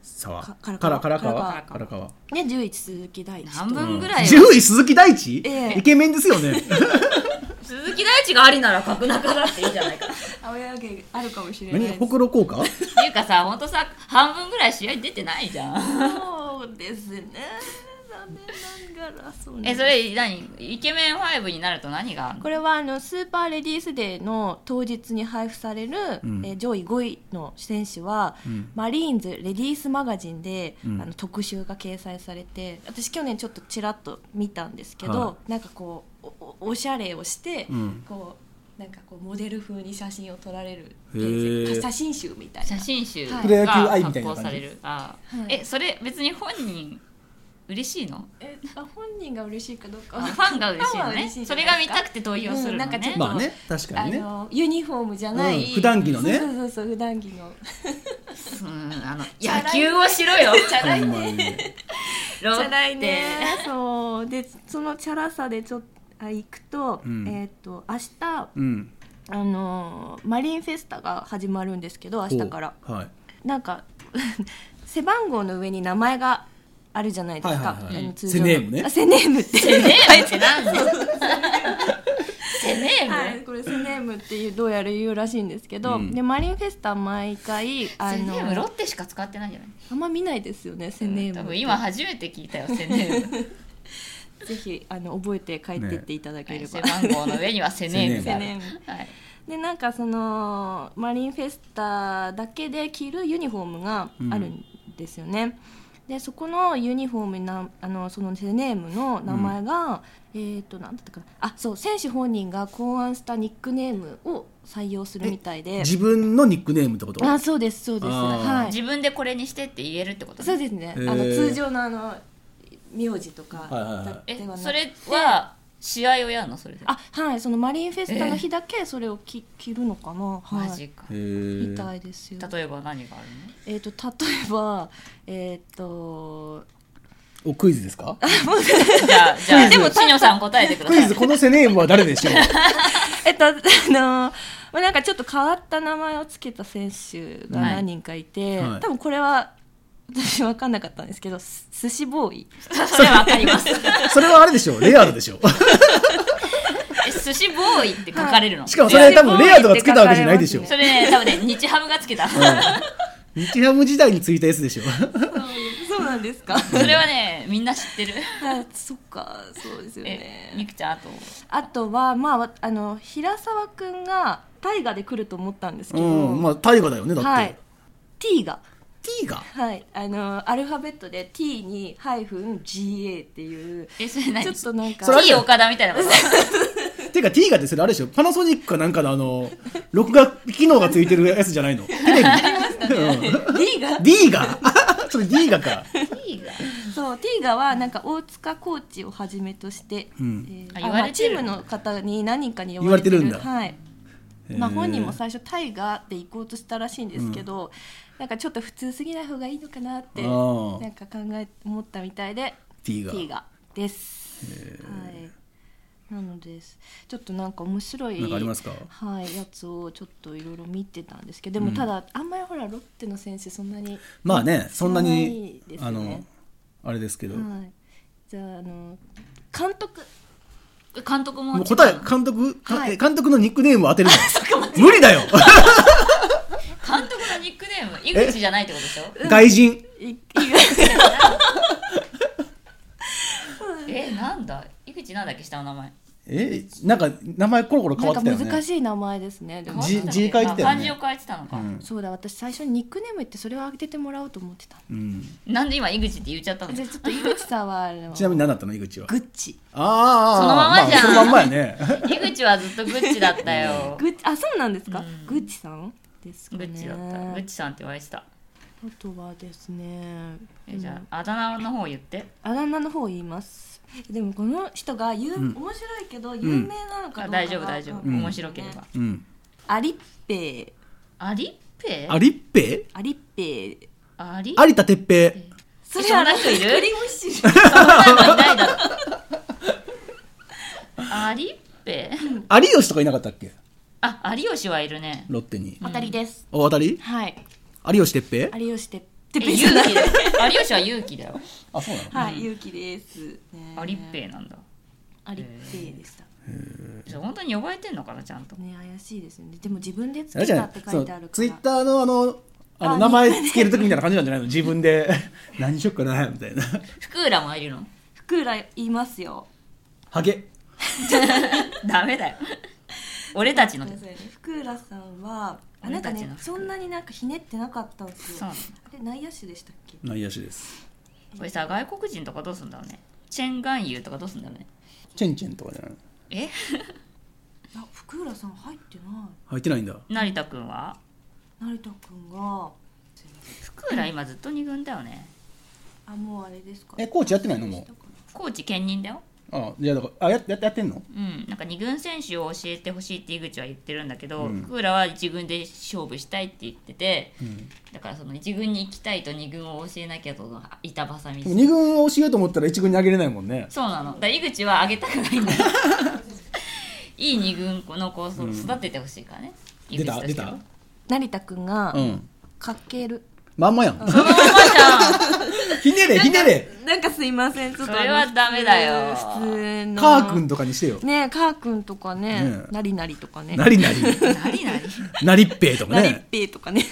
[SPEAKER 4] さあ
[SPEAKER 5] か
[SPEAKER 4] から
[SPEAKER 5] から
[SPEAKER 4] からか
[SPEAKER 5] から
[SPEAKER 4] わ
[SPEAKER 5] か
[SPEAKER 4] からかわ
[SPEAKER 5] で10位鈴木大地と
[SPEAKER 3] 半分ぐらいは
[SPEAKER 4] 10位鈴木大地
[SPEAKER 5] ええ
[SPEAKER 4] イケメンですよ ね
[SPEAKER 3] 鈴木大地がありなら角中だっていいじゃないかっ
[SPEAKER 5] 青柳あるかもしれない
[SPEAKER 4] 何
[SPEAKER 5] です
[SPEAKER 4] ほくろ効果
[SPEAKER 3] ていうかさほんとさ半分ぐらい試合出てないじゃん
[SPEAKER 5] そうですね残念ながらそうなんで
[SPEAKER 3] え
[SPEAKER 5] す
[SPEAKER 3] それ何イケメン5になると何があんの
[SPEAKER 5] これはあのスーパーレディースデーの当日に配布される、
[SPEAKER 4] うん
[SPEAKER 5] えー上位5位の選手は、
[SPEAKER 4] うん
[SPEAKER 5] マリーンズレディースマガジンで、
[SPEAKER 4] うん
[SPEAKER 5] あの特集が掲載されて私去年ちょっとちらっと見たんですけど、
[SPEAKER 4] は
[SPEAKER 5] なんかこうおおおしゃれをして、
[SPEAKER 4] うん
[SPEAKER 5] こうなんかこうモデル風に写真を撮られる
[SPEAKER 4] へー
[SPEAKER 5] 写真集みたいな
[SPEAKER 3] 写真集が
[SPEAKER 5] はいプ
[SPEAKER 4] ロ野球愛みた
[SPEAKER 3] 発
[SPEAKER 4] いな
[SPEAKER 3] 行
[SPEAKER 4] 感じ
[SPEAKER 3] されるあー、
[SPEAKER 5] はい
[SPEAKER 3] えそれ別に本人嬉しい の
[SPEAKER 5] えあ本人が嬉しいかどうか
[SPEAKER 3] あファンが嬉しいの
[SPEAKER 5] ファンは
[SPEAKER 3] ね
[SPEAKER 5] 嬉しいじ
[SPEAKER 3] そ
[SPEAKER 5] ゃな
[SPEAKER 3] れ
[SPEAKER 5] いですか
[SPEAKER 3] が見たくて投票するの
[SPEAKER 5] うんなんかちょ
[SPEAKER 3] ね
[SPEAKER 5] っ、と
[SPEAKER 4] まあね確か
[SPEAKER 5] あ
[SPEAKER 4] にね
[SPEAKER 5] のユニフォームじゃない、
[SPEAKER 4] うん普段着のね
[SPEAKER 5] そうそうそう普段着の
[SPEAKER 3] うんあの野球をしろよ
[SPEAKER 4] ほんまに
[SPEAKER 3] ロ
[SPEAKER 5] チャラい
[SPEAKER 3] ッテ
[SPEAKER 5] ねそうでそのチャラさでちょっと行くと、
[SPEAKER 4] うん
[SPEAKER 5] えっ、と明日
[SPEAKER 4] うん
[SPEAKER 5] あのーマリンフェスタが始まるんですけど明日から
[SPEAKER 4] ほうはい
[SPEAKER 5] なんか 背番号の上に名前があるじゃないですか、
[SPEAKER 4] はいはいはい
[SPEAKER 5] あの通常
[SPEAKER 4] 背ネームね
[SPEAKER 5] あ背ネームって
[SPEAKER 3] セネームって何だ セネーム、
[SPEAKER 5] はい、これセネームっていうどうやら言うらしいんですけど、
[SPEAKER 4] うん
[SPEAKER 5] でマリンフェスタ毎回あ
[SPEAKER 3] セネームロッ
[SPEAKER 5] の
[SPEAKER 3] テしか使ってないんじゃない
[SPEAKER 5] あんま見ないですよねセネームって
[SPEAKER 3] 多分今初めて聞い たよセネーム
[SPEAKER 5] ぜひあの覚えて帰ってっていただければ、
[SPEAKER 3] 背番号の上にはセネームがある
[SPEAKER 5] セネー
[SPEAKER 3] はい
[SPEAKER 5] でなんかそのマリンフェスタだけで着るユニフォームがあるんですよね、でそこのユニフォームになあのそのセネームの名前が、えっ、となんだったかなあそう選手本人が考案したニックネームを採用するみたいで
[SPEAKER 4] 自分のニックネームってこと
[SPEAKER 5] あそうですそうです
[SPEAKER 4] あー
[SPEAKER 5] はい
[SPEAKER 3] 自分でこれにしてって言えるってこと
[SPEAKER 5] そう
[SPEAKER 3] ね
[SPEAKER 5] ですね、
[SPEAKER 4] へー
[SPEAKER 5] あの通常のあの名字とか
[SPEAKER 4] はいはいはい
[SPEAKER 5] だ
[SPEAKER 3] え
[SPEAKER 5] ではなくて
[SPEAKER 3] それは試合をやるのそれで
[SPEAKER 5] あはいそのマリンフェスタの日だけそれを着着るのかな、は
[SPEAKER 3] マ
[SPEAKER 5] い、
[SPEAKER 3] ジか
[SPEAKER 4] へ
[SPEAKER 3] 例
[SPEAKER 4] ー
[SPEAKER 5] みたいですよ
[SPEAKER 3] えば何があるの
[SPEAKER 5] えー、と例えばえっ、と
[SPEAKER 4] おクイズですか
[SPEAKER 3] じゃあ、じゃあ、
[SPEAKER 4] クイズ
[SPEAKER 3] でも、ちにょさん答えてくだ
[SPEAKER 4] クイ
[SPEAKER 3] さ
[SPEAKER 4] ズ
[SPEAKER 3] い。
[SPEAKER 4] このセネームは誰で しょう
[SPEAKER 5] えっ とあのまあなんかちょっと変わった名前をつけた選手が何人かいて、
[SPEAKER 4] はいはい
[SPEAKER 5] 多分これは 私分かんなかったんですけどす寿司ボーイ
[SPEAKER 3] それわかります。
[SPEAKER 4] それはあれでしょうレアードでしょ う
[SPEAKER 3] え寿司ボーイって書かれるの。
[SPEAKER 4] しかもそれ多分レアードがつけたわけじゃないでしょう
[SPEAKER 3] それね、多分ね、日ハムがつけた。そ
[SPEAKER 4] 日ハム時代についたやつでしょう
[SPEAKER 5] そうなんですか
[SPEAKER 3] れはね、みんな知ってる。
[SPEAKER 5] あそっかそうですよ
[SPEAKER 3] え、
[SPEAKER 5] ね
[SPEAKER 3] みくちゃん、あと。
[SPEAKER 5] あとはまあわあの平沢くんが大河で来ると思ったんですけど、
[SPEAKER 4] うんまあ大河だよねだって、
[SPEAKER 5] はい、T が
[SPEAKER 4] T が
[SPEAKER 5] はい、あのアルファベットで T にハイフン GA っていう
[SPEAKER 3] え、それ
[SPEAKER 5] ちょ
[SPEAKER 3] 何
[SPEAKER 5] っとなんか
[SPEAKER 4] それは
[SPEAKER 3] T 岡田みたいなこと
[SPEAKER 4] ていうか T がってそれあれでしょパナソニックかなんかのあの録画機能がついてるやつじゃないのテレビ
[SPEAKER 5] D が
[SPEAKER 4] うん D が それ D がか
[SPEAKER 3] T が
[SPEAKER 5] そう T がはなんか大塚コーチをはじめとして、
[SPEAKER 4] うん
[SPEAKER 5] え
[SPEAKER 3] あ
[SPEAKER 5] ーあ
[SPEAKER 3] 言わ
[SPEAKER 5] まあ
[SPEAKER 3] れ
[SPEAKER 5] チ
[SPEAKER 3] て
[SPEAKER 5] ー
[SPEAKER 3] る
[SPEAKER 5] ムの方に何人かに
[SPEAKER 4] 言われてるんだ
[SPEAKER 5] はい、まあ、本人も最初タイガーで行こうとしたらしいんですけど、なんかちょっと普通すぎない方がいいのかなって
[SPEAKER 4] あー
[SPEAKER 5] なんか考え思ったみたいで
[SPEAKER 4] T が
[SPEAKER 5] T がです。はい、なのですちょっとなんか面白い
[SPEAKER 4] なんかありますか
[SPEAKER 5] はい、やつをちょっといろいろ見てたんですけどでもただ、あんまりほらロッテの選手そんなに
[SPEAKER 4] まあねそんなに
[SPEAKER 5] 知ら
[SPEAKER 4] あ
[SPEAKER 5] ないですよ
[SPEAKER 4] の
[SPEAKER 5] ね
[SPEAKER 4] あれですけど、
[SPEAKER 5] はい、じゃああの監督
[SPEAKER 3] 監督も
[SPEAKER 4] もう答え監督、か
[SPEAKER 5] はい
[SPEAKER 4] え監督のニックネームを 当てるの無理だよ
[SPEAKER 3] 監督のニックネーム井口じゃないってことでしょ
[SPEAKER 4] 外人
[SPEAKER 5] いい
[SPEAKER 3] えなんだ井口なんだっけ下の名前
[SPEAKER 4] えなんか名前コロコロ変わ
[SPEAKER 5] な
[SPEAKER 4] って
[SPEAKER 5] ん
[SPEAKER 4] た
[SPEAKER 5] か
[SPEAKER 4] よね
[SPEAKER 5] 難しい名前ですねでも
[SPEAKER 4] じ字書いてたよね
[SPEAKER 3] あ漢字を書いてたのか、
[SPEAKER 4] うん
[SPEAKER 5] そうだ私最初にニックネームってそれを当ててもらおうと思ってた
[SPEAKER 4] うん、
[SPEAKER 3] なんで今井口って言っちゃったの
[SPEAKER 5] じゃあちょっと井口さんはあの
[SPEAKER 4] ちなみに何だったの井口は
[SPEAKER 5] グッチ
[SPEAKER 4] あーあーあー
[SPEAKER 3] そのままじゃん
[SPEAKER 4] あ、そのまんまやね
[SPEAKER 3] 井口はずっとグッチだったよ
[SPEAKER 5] グッチあそうなんですか、
[SPEAKER 3] うん
[SPEAKER 5] グッチさんですか
[SPEAKER 3] グ
[SPEAKER 5] ね
[SPEAKER 3] ッチだったグッチさんって言われてた
[SPEAKER 5] あとはですね
[SPEAKER 3] えじゃああだ名の方言って
[SPEAKER 5] あだ名の方を言いますでもこの人が有、面白いけど有名なのかどうかが、
[SPEAKER 3] あ大丈夫大丈夫、
[SPEAKER 5] うん
[SPEAKER 3] 面白ければ
[SPEAKER 4] うん
[SPEAKER 5] アリッペ
[SPEAKER 3] アリッペ
[SPEAKER 4] あリッペ
[SPEAKER 5] アリッペ
[SPEAKER 3] アリ
[SPEAKER 4] 有田哲平
[SPEAKER 5] そ
[SPEAKER 3] そんな人いる
[SPEAKER 5] クリオシス
[SPEAKER 3] そんなのいないだろアリッペ
[SPEAKER 4] 有吉とかいなかったっけ
[SPEAKER 3] あ有吉はいるね
[SPEAKER 4] ロッテに
[SPEAKER 5] 当たりです、
[SPEAKER 4] お渡り
[SPEAKER 5] はい
[SPEAKER 4] 有吉哲平
[SPEAKER 5] 有吉てて
[SPEAKER 3] え勇気だよ有吉は勇気だよ
[SPEAKER 4] あそうなの
[SPEAKER 5] はい勇気です、ね、
[SPEAKER 3] アリッペなんだ
[SPEAKER 5] アリッペでした
[SPEAKER 3] じゃあ本当に呼ばれてんのかなちゃんと
[SPEAKER 5] ね怪しいですよねでも自分でつ
[SPEAKER 4] あれ
[SPEAKER 5] け
[SPEAKER 4] じゃな
[SPEAKER 5] た
[SPEAKER 4] い
[SPEAKER 5] って
[SPEAKER 4] そ
[SPEAKER 5] 書い
[SPEAKER 4] の
[SPEAKER 5] てあるから
[SPEAKER 4] ツイッターのあのあの名前つけるときみたいな感じなんじゃないの自分で 何しよっかなみたいな
[SPEAKER 3] 福浦もい るの
[SPEAKER 5] 福浦いますよ
[SPEAKER 4] ハゲ
[SPEAKER 3] ダメだよ俺たちの
[SPEAKER 5] ごめんなさいね福浦さんはあなんか
[SPEAKER 3] 俺たち
[SPEAKER 5] ね
[SPEAKER 3] の福
[SPEAKER 5] そんなになんかひねってなかったんです
[SPEAKER 3] そうな
[SPEAKER 5] よあ
[SPEAKER 3] の
[SPEAKER 5] れ内野手でしたっけ
[SPEAKER 4] 内野手です
[SPEAKER 3] これさ外国人とかどうすんだろうねチェンガンユーとかどうすんだろうね
[SPEAKER 4] チェンチェンとかじゃない
[SPEAKER 3] え
[SPEAKER 5] あ福浦さん入ってな
[SPEAKER 4] 入ってないんだ
[SPEAKER 3] 成田君はい
[SPEAKER 5] 成田くんが
[SPEAKER 3] 福浦今ずっと二軍だよね
[SPEAKER 5] あもうあれですか
[SPEAKER 4] えコーチやってないのもう
[SPEAKER 3] コーチ兼任だよ
[SPEAKER 4] あじゃあだからあやややってんの
[SPEAKER 3] うん、なんか二軍選手を教えてほしいって井口は言ってるんだけど、
[SPEAKER 4] うん
[SPEAKER 3] 福浦は一軍で勝負したいって言ってて
[SPEAKER 4] うん
[SPEAKER 3] だからその一軍に行きたいと二軍を教えなきゃとの板挟み
[SPEAKER 4] でも2軍を教えようと思ったら1軍に上げれないもんね
[SPEAKER 3] そうなのだから井口は上げたくないん だいい二軍の子をそ育ててほしいからね、井
[SPEAKER 4] 出
[SPEAKER 3] 口
[SPEAKER 4] た
[SPEAKER 3] として
[SPEAKER 4] 出た
[SPEAKER 3] は
[SPEAKER 5] 成田くんが
[SPEAKER 4] うん
[SPEAKER 5] かける
[SPEAKER 4] まんまやん
[SPEAKER 3] そのままじゃん
[SPEAKER 4] ひねれひねれ
[SPEAKER 5] なんかすいませんちょっとあの
[SPEAKER 3] それはダメだ よ
[SPEAKER 5] 普通の
[SPEAKER 4] カー君とかにしてよ
[SPEAKER 5] ねえカー君とかね
[SPEAKER 4] ねえ
[SPEAKER 5] なりなりとかね
[SPEAKER 4] な りなり
[SPEAKER 3] なりなり
[SPEAKER 4] なりっぺーとか
[SPEAKER 5] なりっ
[SPEAKER 4] ね
[SPEAKER 5] ぺーとかね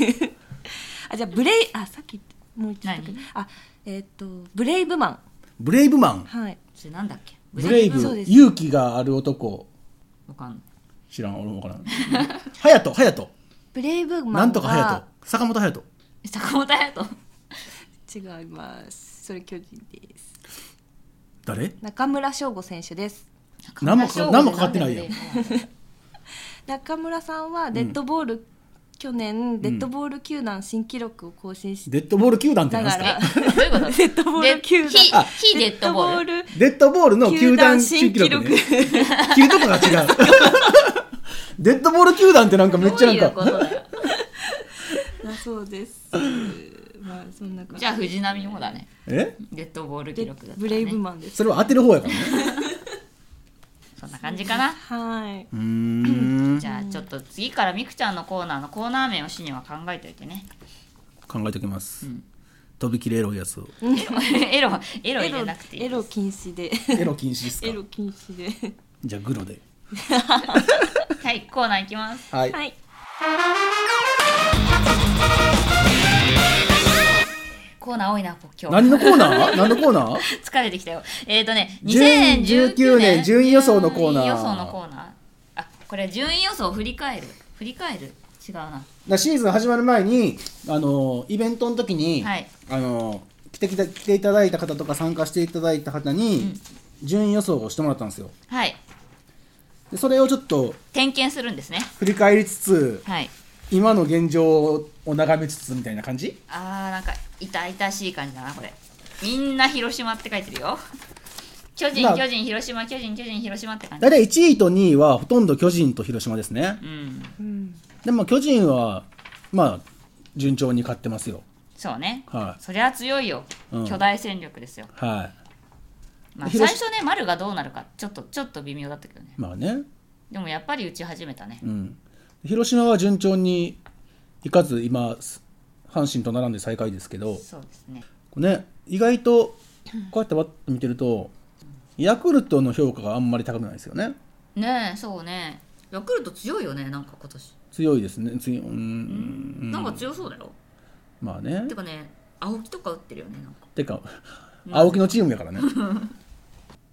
[SPEAKER 5] あじゃあブレイあさっきもう言ってたけどあえっ、とブレイブマン
[SPEAKER 4] ブレイブマン
[SPEAKER 5] はい
[SPEAKER 3] それなんだっけ
[SPEAKER 4] ブレイ
[SPEAKER 5] そう
[SPEAKER 4] ブ
[SPEAKER 5] です
[SPEAKER 4] 勇気がある男
[SPEAKER 3] わかんない
[SPEAKER 4] 知らん俺も分からん隼人隼人
[SPEAKER 5] ブレイブマンが
[SPEAKER 4] なんとか隼人坂本隼人
[SPEAKER 3] 坂本隼人
[SPEAKER 5] 違います。それ巨人です。
[SPEAKER 4] 誰
[SPEAKER 5] 中村翔吾選手です。
[SPEAKER 4] 何もか何もかかってないやん
[SPEAKER 5] 中村さんはデッドボール、去年デッドボール球団新記録を更新し
[SPEAKER 4] デッドボール球団って
[SPEAKER 5] な
[SPEAKER 4] 何で
[SPEAKER 5] が
[SPEAKER 4] す
[SPEAKER 5] ら
[SPEAKER 4] か、
[SPEAKER 3] どういうこと
[SPEAKER 5] デッドボール球団
[SPEAKER 3] で非
[SPEAKER 4] あ
[SPEAKER 3] 非デッドボール
[SPEAKER 5] ル
[SPEAKER 4] デッドボールの球団新記録ね
[SPEAKER 5] 球団新記録
[SPEAKER 4] 切るとこが違うデッドボール球団ってなんかめっちゃなん
[SPEAKER 3] どういうこと
[SPEAKER 4] か
[SPEAKER 3] だよ
[SPEAKER 5] だそうです。まあそんな感
[SPEAKER 3] じゃあ藤波もだね
[SPEAKER 4] え
[SPEAKER 3] デッドボール記
[SPEAKER 5] で
[SPEAKER 3] 録だった、ね、
[SPEAKER 5] ブレイブマンです。
[SPEAKER 4] それは当てる方やからね
[SPEAKER 3] そんな感じかな
[SPEAKER 5] はい。
[SPEAKER 4] うーん
[SPEAKER 3] じゃあちょっと次からみくちゃんのコーナーのコーナー名を主には考えといて ね
[SPEAKER 4] 考えときます、飛び切りエロいやつを
[SPEAKER 3] エロエロ入れなくていい
[SPEAKER 5] エロ禁止で。
[SPEAKER 4] エロ禁止ですか
[SPEAKER 5] エロ禁止で。
[SPEAKER 4] じゃあグロで
[SPEAKER 3] はいコーナーいきます
[SPEAKER 4] はい、
[SPEAKER 5] はい。
[SPEAKER 3] コーナー多いな今日
[SPEAKER 4] 何のコーナー何のコーナー
[SPEAKER 3] 疲れてきたよえっ、ー、とね
[SPEAKER 4] 2019
[SPEAKER 3] 2019
[SPEAKER 4] 年
[SPEAKER 3] 年
[SPEAKER 4] 順位予想のコーナ
[SPEAKER 3] 順
[SPEAKER 4] ー
[SPEAKER 3] 位予想のコーナーあこれ順位予想を振り返る振り返る違うな
[SPEAKER 4] だシーズン始まる前にあのイベントの時に、
[SPEAKER 3] はい
[SPEAKER 4] あの来てきた来ていただいた方とか参加していただいた方に、順位予想をしてもらったんですよ
[SPEAKER 3] はい
[SPEAKER 4] でそれをちょっと
[SPEAKER 3] 点検するんですね
[SPEAKER 4] 振り返りつつ
[SPEAKER 3] はい
[SPEAKER 4] 今の現状を眺めつつみたいな感じ
[SPEAKER 3] あーなんか痛々しい感じだなこれみんな広島って書いてるよ 巨人
[SPEAKER 4] まあ
[SPEAKER 3] 巨人広島巨人巨人広島って感じ
[SPEAKER 4] 大体1位と2位はほとんど巨人と広島ですね
[SPEAKER 3] う。ん
[SPEAKER 4] でも巨人は、まあ、順調に勝ってますよ。
[SPEAKER 3] そうね
[SPEAKER 4] はい。
[SPEAKER 3] そりゃ強いよ、
[SPEAKER 4] うん
[SPEAKER 3] 巨大戦力ですよ、
[SPEAKER 4] は
[SPEAKER 3] まあ、最
[SPEAKER 4] 広
[SPEAKER 3] 初ね丸がどうなるかちょっとちょっと微妙だったけどね
[SPEAKER 4] い。まあね。
[SPEAKER 3] でもやっぱり打ち始めたね
[SPEAKER 4] うん。広島は順調にいかず、今、阪神と並んで最下位ですけど、
[SPEAKER 3] そうですね
[SPEAKER 4] ね、意外と、こうやってわっと見てると、ヤクルトの評価があんまり高くないですよね。
[SPEAKER 3] ねえそうねヤクルト強いよねなんか今年、
[SPEAKER 4] 強いですね。強い。うん。
[SPEAKER 3] なんか強そうだよ
[SPEAKER 4] まあね
[SPEAKER 3] て。かね青木とか打ってるよねなんか
[SPEAKER 4] てか、青木のチームやからね。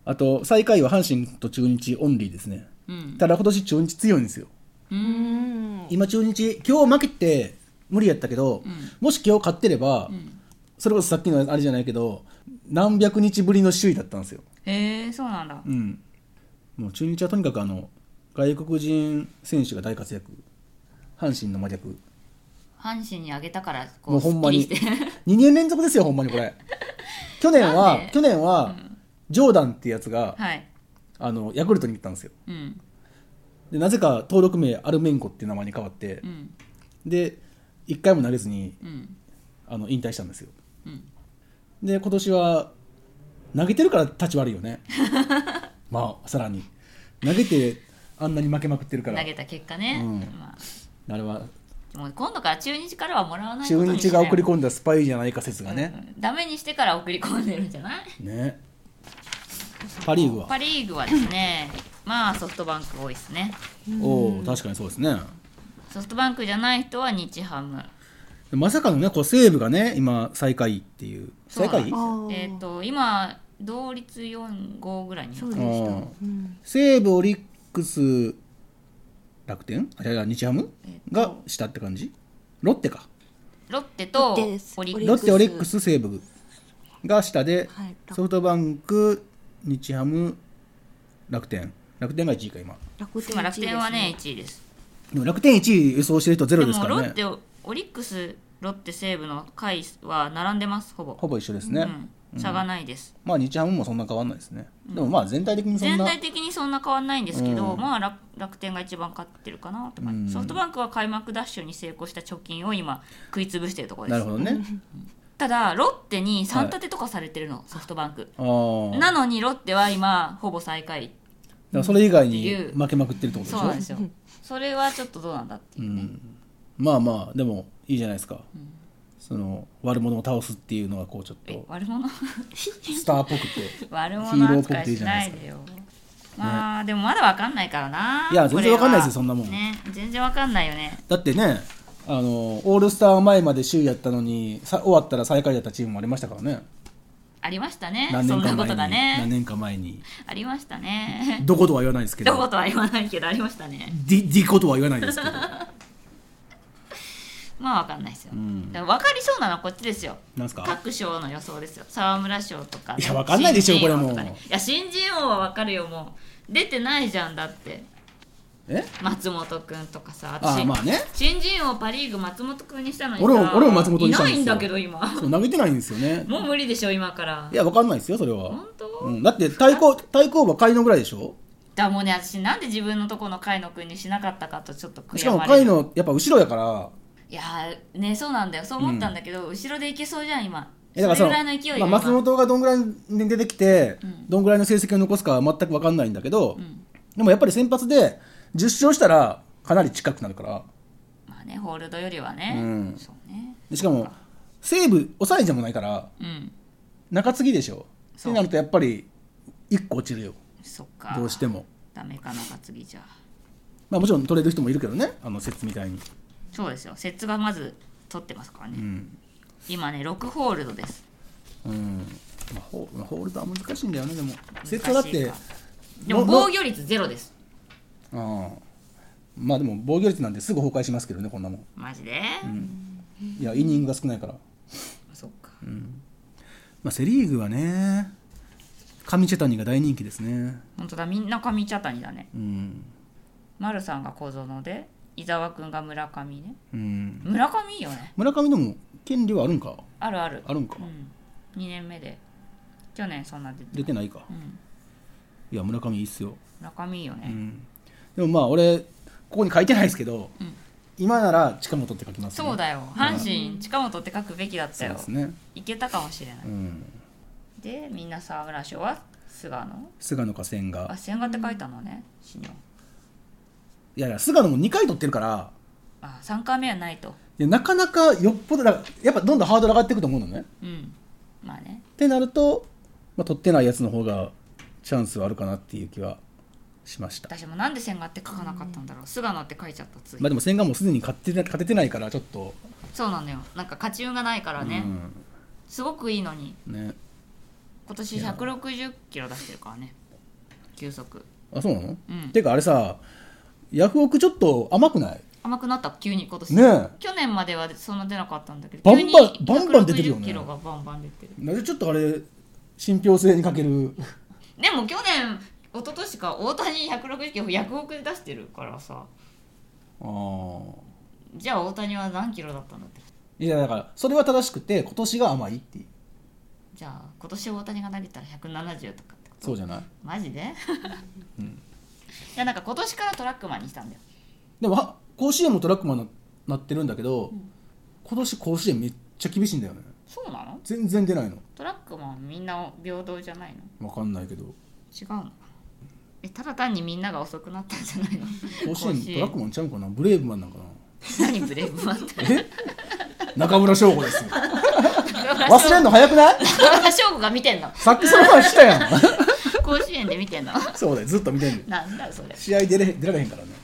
[SPEAKER 4] あと、最下位は阪神と中日オンリーですね。
[SPEAKER 3] うん
[SPEAKER 4] ただ今年中日強いんですよ。
[SPEAKER 5] うん
[SPEAKER 4] 今中日、今日負けて無理やったけど、
[SPEAKER 3] ん
[SPEAKER 4] もし今日勝ってれば、
[SPEAKER 3] ん
[SPEAKER 4] それこそさっきのあれじゃないけど、何百日ぶりの首位だったんですよ。
[SPEAKER 3] へえそうなんだ
[SPEAKER 4] うん。もう中日はとにかくあの、外国人選手が大活躍。阪神の真逆。
[SPEAKER 3] 阪神にあげたからこ
[SPEAKER 4] も
[SPEAKER 3] う
[SPEAKER 4] う
[SPEAKER 3] す
[SPEAKER 4] ほ
[SPEAKER 3] っ
[SPEAKER 4] ん
[SPEAKER 3] き
[SPEAKER 4] ま
[SPEAKER 3] り
[SPEAKER 4] に。
[SPEAKER 3] して
[SPEAKER 4] 2年連続ですよ、ほんま にこれ。去年
[SPEAKER 3] な
[SPEAKER 4] は
[SPEAKER 3] んで、
[SPEAKER 4] 去年は、ジョーダンってやつが、
[SPEAKER 3] はい
[SPEAKER 4] あの、ヤクルトに行ったんですよ。
[SPEAKER 3] うん
[SPEAKER 4] で、なぜか登録名アルメンコっていう名前に変わって
[SPEAKER 3] う、ん
[SPEAKER 4] で、一回も投げずに、
[SPEAKER 3] うん
[SPEAKER 4] あの、引退したんですよ。
[SPEAKER 3] うん
[SPEAKER 4] で、今年は、投げてるから立ち悪いよ ね。まあ、さらに。投げて、あんなに負けまくってるから
[SPEAKER 3] 投。げた結果ね、
[SPEAKER 4] うん
[SPEAKER 3] ま
[SPEAKER 4] あれは、
[SPEAKER 3] あ、もう今度から中日からはもらわないこ
[SPEAKER 4] 中
[SPEAKER 3] とに
[SPEAKER 4] 日が送り
[SPEAKER 3] ん
[SPEAKER 4] 込んだスパイじゃないか説がね。
[SPEAKER 3] ダメにしてから送り込んでるんじゃない
[SPEAKER 4] ね。パ・リーグは
[SPEAKER 3] パ・。リーグはですね まあソフトバンク多いですね
[SPEAKER 4] おお確かにそうですね。
[SPEAKER 3] ソフトバンクじゃない人は日ハム
[SPEAKER 4] でまさかのね、こう西武がね、今、最下位っていう。
[SPEAKER 3] そう
[SPEAKER 4] 最
[SPEAKER 3] なん
[SPEAKER 4] 下
[SPEAKER 3] です
[SPEAKER 4] 位
[SPEAKER 3] よ
[SPEAKER 5] あー
[SPEAKER 3] えっ、と今同率45ぐらいに
[SPEAKER 5] そうでした
[SPEAKER 4] あー
[SPEAKER 5] うん
[SPEAKER 4] 西武、オリックス、楽天あ、いやいや、日ハム
[SPEAKER 3] えっ
[SPEAKER 4] が下って感じロッテか。
[SPEAKER 3] ロッテと
[SPEAKER 5] ロッテです
[SPEAKER 3] オリッ
[SPEAKER 5] オリ
[SPEAKER 3] クス
[SPEAKER 5] ック
[SPEAKER 4] ロッテ、オリックス、西武が下で、
[SPEAKER 5] はい
[SPEAKER 4] ソフトバンク、日ハム、楽天。楽天が1位か、今。
[SPEAKER 5] 楽
[SPEAKER 3] 今
[SPEAKER 5] 天
[SPEAKER 3] 楽天はね1位です
[SPEAKER 4] でも楽天1位予想してる人ゼ
[SPEAKER 3] で
[SPEAKER 4] ロです
[SPEAKER 3] も
[SPEAKER 4] か
[SPEAKER 3] ロ
[SPEAKER 4] ら
[SPEAKER 3] ッ
[SPEAKER 4] ね。
[SPEAKER 3] テオリックスロッテ西武の回は並んでますほぼ
[SPEAKER 4] ほぼ一緒ですね。
[SPEAKER 3] うん、差がないです、
[SPEAKER 4] まあ、日ハムもそんな変わんないですね。でもまあ、全体的にそん
[SPEAKER 3] 全
[SPEAKER 4] な。
[SPEAKER 3] 体的にそんな変わんないんですけど、
[SPEAKER 4] うん
[SPEAKER 3] まあ楽楽天が一番勝ってるかなとか、
[SPEAKER 4] うん
[SPEAKER 3] ソフトバンクは開幕ダッシュに成功した貯金を今食い潰してるところです
[SPEAKER 4] なるほどね。
[SPEAKER 3] ただロッテに3立てとかされてるの、ソフトバンク
[SPEAKER 4] ああ。
[SPEAKER 3] なのにロッテは今ほぼ最下位
[SPEAKER 4] だからそれ以外
[SPEAKER 3] って
[SPEAKER 4] に
[SPEAKER 3] いう
[SPEAKER 4] 負けまくってるってことで
[SPEAKER 3] そ
[SPEAKER 4] しょ
[SPEAKER 3] うなんですよそれはちょっとどうなんだっていうね、
[SPEAKER 4] まあまあでもいいじゃないですか、その悪者を倒すっていうのがこうちょっ
[SPEAKER 3] え
[SPEAKER 4] と
[SPEAKER 3] 悪者
[SPEAKER 4] スターっぽくて
[SPEAKER 3] 悪
[SPEAKER 4] ヒーロ
[SPEAKER 3] 者
[SPEAKER 4] ーっぽ
[SPEAKER 3] 扱
[SPEAKER 4] く
[SPEAKER 3] い
[SPEAKER 4] ていい
[SPEAKER 3] し
[SPEAKER 4] じゃな
[SPEAKER 3] ない
[SPEAKER 4] いですか
[SPEAKER 3] でよまあ、でもまだわかんないからない
[SPEAKER 4] や全然わかんないですよ
[SPEAKER 3] こ
[SPEAKER 4] そんな
[SPEAKER 3] れ
[SPEAKER 4] も
[SPEAKER 3] は
[SPEAKER 4] ん
[SPEAKER 3] ね全然わかんないよね
[SPEAKER 4] だってねあのオールスター前まで首位やったのにさ終わったら最下位だったチームもありましたからね
[SPEAKER 3] ありましたね
[SPEAKER 4] 何
[SPEAKER 3] そ
[SPEAKER 4] 年
[SPEAKER 3] ん
[SPEAKER 4] か
[SPEAKER 3] なこ
[SPEAKER 4] 前
[SPEAKER 3] と
[SPEAKER 4] に、
[SPEAKER 3] が
[SPEAKER 4] 何
[SPEAKER 3] ね
[SPEAKER 4] 年か前に
[SPEAKER 3] ありました ね
[SPEAKER 4] どことは言わないですけ
[SPEAKER 3] どこ
[SPEAKER 4] ど
[SPEAKER 3] とは言わないけどありましたね
[SPEAKER 4] ディディことは言わないです けど
[SPEAKER 3] まあわかんないですよ、
[SPEAKER 4] ん
[SPEAKER 3] だから分かりそうなのはこっちですよ
[SPEAKER 4] なんすか
[SPEAKER 3] 各賞の予想ですよ沢村賞とか
[SPEAKER 4] いやわかんないでしょ
[SPEAKER 3] 新人王
[SPEAKER 4] これも
[SPEAKER 3] とかねいや新人王はわかるよもう出てないじゃんだって
[SPEAKER 4] え
[SPEAKER 3] 松本くんとかさ
[SPEAKER 4] ああまあね
[SPEAKER 3] 新人王パ・リーグ松本くんにしたのにさ
[SPEAKER 4] 俺も俺も松本にしたん
[SPEAKER 3] い
[SPEAKER 4] で
[SPEAKER 3] ない
[SPEAKER 4] すよ
[SPEAKER 3] んだけど今
[SPEAKER 4] そう投げてないんですよ ね
[SPEAKER 3] もう無理でしょ今から
[SPEAKER 4] いやわかんないですよそれは
[SPEAKER 3] 本当、
[SPEAKER 4] うん、だって対抗対抗馬海野ぐらいでしょ
[SPEAKER 3] だもうね私なんで自分のとこの海野くんにしなかったかとちょっと悔
[SPEAKER 4] し
[SPEAKER 3] や
[SPEAKER 4] かも
[SPEAKER 3] まれる
[SPEAKER 4] 海野やっぱ後ろやから
[SPEAKER 3] いやーねそうなんだよそう思ったんだけど、後ろでいけそうじゃん今
[SPEAKER 4] えだからそ
[SPEAKER 3] れ
[SPEAKER 4] の
[SPEAKER 3] ぐらいの勢いで、
[SPEAKER 4] まあ、松本がどんぐらいに出てきて、
[SPEAKER 3] うん
[SPEAKER 4] どんぐらいの成績を残すかは全く分かんないんだけど、
[SPEAKER 3] ん
[SPEAKER 4] でもやっぱり先発で10勝したらかなり近くなるから
[SPEAKER 3] まあねホールドよりはね、
[SPEAKER 4] うん
[SPEAKER 3] そうね
[SPEAKER 4] でしかも西武抑えじゃもないから
[SPEAKER 3] うん
[SPEAKER 4] 中継ぎでしょ
[SPEAKER 3] そう
[SPEAKER 4] そうなるとやっぱり1個落ちるよ
[SPEAKER 3] そっか
[SPEAKER 4] どうしても、
[SPEAKER 3] ダメかなか次じゃ
[SPEAKER 4] まあ、もちろん取れる人もいるけどねあの説みたいに、
[SPEAKER 3] そうですよ節がまず取ってますからね、
[SPEAKER 4] うん
[SPEAKER 3] 今ね6ホールドです
[SPEAKER 4] うんまあ、ホーホールドは難しいんだよねでも
[SPEAKER 3] しい
[SPEAKER 4] 節
[SPEAKER 3] か
[SPEAKER 4] はだって
[SPEAKER 3] でも
[SPEAKER 4] の
[SPEAKER 3] 防御率ゼロです
[SPEAKER 4] のうんまあでも防御率なんてすぐ崩壊しますけどねこんなもん
[SPEAKER 3] マジで、
[SPEAKER 4] いやイニングが少ないから
[SPEAKER 3] そっか、
[SPEAKER 4] まあ、セ・リーグはね上茶谷が大人気ですね
[SPEAKER 3] 本当だみんな上茶谷だね
[SPEAKER 4] うん
[SPEAKER 3] 丸さんが小園で伊沢くんが村上ね
[SPEAKER 4] うん
[SPEAKER 3] 村上いいよね
[SPEAKER 4] 村上でも権利はあるんか
[SPEAKER 3] あるある
[SPEAKER 4] あるんか
[SPEAKER 3] うん、2年目で去年そんな出て
[SPEAKER 4] 出てないか
[SPEAKER 3] うん
[SPEAKER 4] いや村上いいっすよ、
[SPEAKER 3] 村上いいよ
[SPEAKER 4] う
[SPEAKER 3] ね、
[SPEAKER 4] ん、でもまあ俺ここに書いてないですけど、
[SPEAKER 3] うん
[SPEAKER 4] 今なら近本って書きます、
[SPEAKER 3] そうだよ阪神近本って書くべきだった
[SPEAKER 4] そう
[SPEAKER 3] よ、
[SPEAKER 4] ですね、
[SPEAKER 3] いけたかもしれない、
[SPEAKER 4] うん、
[SPEAKER 3] でみんな沢村賞は菅野
[SPEAKER 4] 菅野か千
[SPEAKER 3] あ
[SPEAKER 4] 賀
[SPEAKER 3] 千賀って書いたのね新日本
[SPEAKER 4] いやいや菅野も2回取ってるから
[SPEAKER 3] あ3回目はないと
[SPEAKER 4] いやなかなかよっぽどだやっぱどんどんハードル上がっていくと思うのね
[SPEAKER 3] うんまあね
[SPEAKER 4] ってなると、まあ、取ってないやつの方がチャンスはあるかなっていう気はしました
[SPEAKER 3] 私もなんで千賀って書かなかったんだろう菅野って書いちゃったつい、
[SPEAKER 4] まあでも千賀もすでに勝てて勝ててないからちょっと、
[SPEAKER 3] そうなのよなんか勝ち運がないからね、すごくいいのに
[SPEAKER 4] うんね
[SPEAKER 3] 今年160キロ出してるからね球速
[SPEAKER 4] あそうなの、
[SPEAKER 3] うん
[SPEAKER 4] てかあれさヤフオクちょっと甘くない
[SPEAKER 3] 甘くなった急に今年
[SPEAKER 4] ねえ
[SPEAKER 3] 去年まではそんな出なかったんだけど
[SPEAKER 4] バンバン
[SPEAKER 3] 急に
[SPEAKER 4] バンバン出てるよね
[SPEAKER 3] 160キロがバンバン出てる
[SPEAKER 4] なぜちょっとあれ信憑性に欠ける
[SPEAKER 3] でも去年一昨年か大谷160キロ100億で出してるからさ
[SPEAKER 4] ああ
[SPEAKER 3] じゃあ大谷は何キロだったんだって
[SPEAKER 4] いやだからそれは正しくて今年が甘いっていう
[SPEAKER 3] じゃあ今年大谷が投げたら170とかってこと
[SPEAKER 4] そうじゃない
[SPEAKER 3] マジで、 いやなんか今年からトラックマンにしたんだよ
[SPEAKER 4] でもは甲子園もトラックマンななってるんだけど、今年甲子園めっちゃ厳しいんだよね
[SPEAKER 3] そうなの
[SPEAKER 4] 全然出ないの
[SPEAKER 3] トラックマンみんな平等じゃないの
[SPEAKER 4] 分かんないけど
[SPEAKER 3] 違うのかなえただ単にみんなが遅くなったんじゃないの
[SPEAKER 4] 甲子園トラックマンちゃうかなブレイブマンなんかな
[SPEAKER 3] 何ブレイブマンって
[SPEAKER 4] え中村翔吾ですよ忘
[SPEAKER 3] 忘
[SPEAKER 4] れんの早くない
[SPEAKER 3] 翔吾が見てんの
[SPEAKER 4] さっきその話したやん
[SPEAKER 3] 甲子園で見てんの
[SPEAKER 4] そうだよずっと見てんの
[SPEAKER 3] なんだそれ
[SPEAKER 4] 試合出れ出られへんからね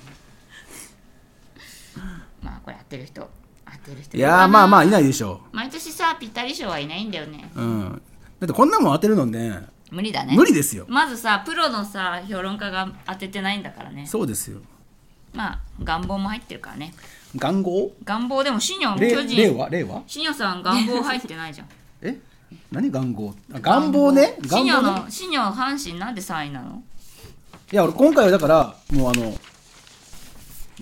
[SPEAKER 3] まあこれ当てる人当てる人
[SPEAKER 4] いやーまあまあ
[SPEAKER 3] あ
[SPEAKER 4] いないでしょ
[SPEAKER 3] 毎年さぴったり賞はいないんだよね
[SPEAKER 4] ううんだってこんなもん当てるのね
[SPEAKER 3] 無理だね
[SPEAKER 4] 無理ですよ
[SPEAKER 3] まずさプロのさ評論家が当ててないんだからね
[SPEAKER 4] そうですよ
[SPEAKER 3] まあ願望も入ってるからね
[SPEAKER 4] 願望
[SPEAKER 3] 願望でもシニョン
[SPEAKER 4] 令
[SPEAKER 3] 巨
[SPEAKER 4] 令
[SPEAKER 3] 人
[SPEAKER 4] 和令和
[SPEAKER 3] シニョさん願望入ってないじゃん
[SPEAKER 4] え何願望あ願望ね
[SPEAKER 3] シ
[SPEAKER 4] 願
[SPEAKER 3] ニョ
[SPEAKER 4] 望ね
[SPEAKER 3] のシニョ阪神なんで3位なの
[SPEAKER 4] いや俺今回はだからもうあの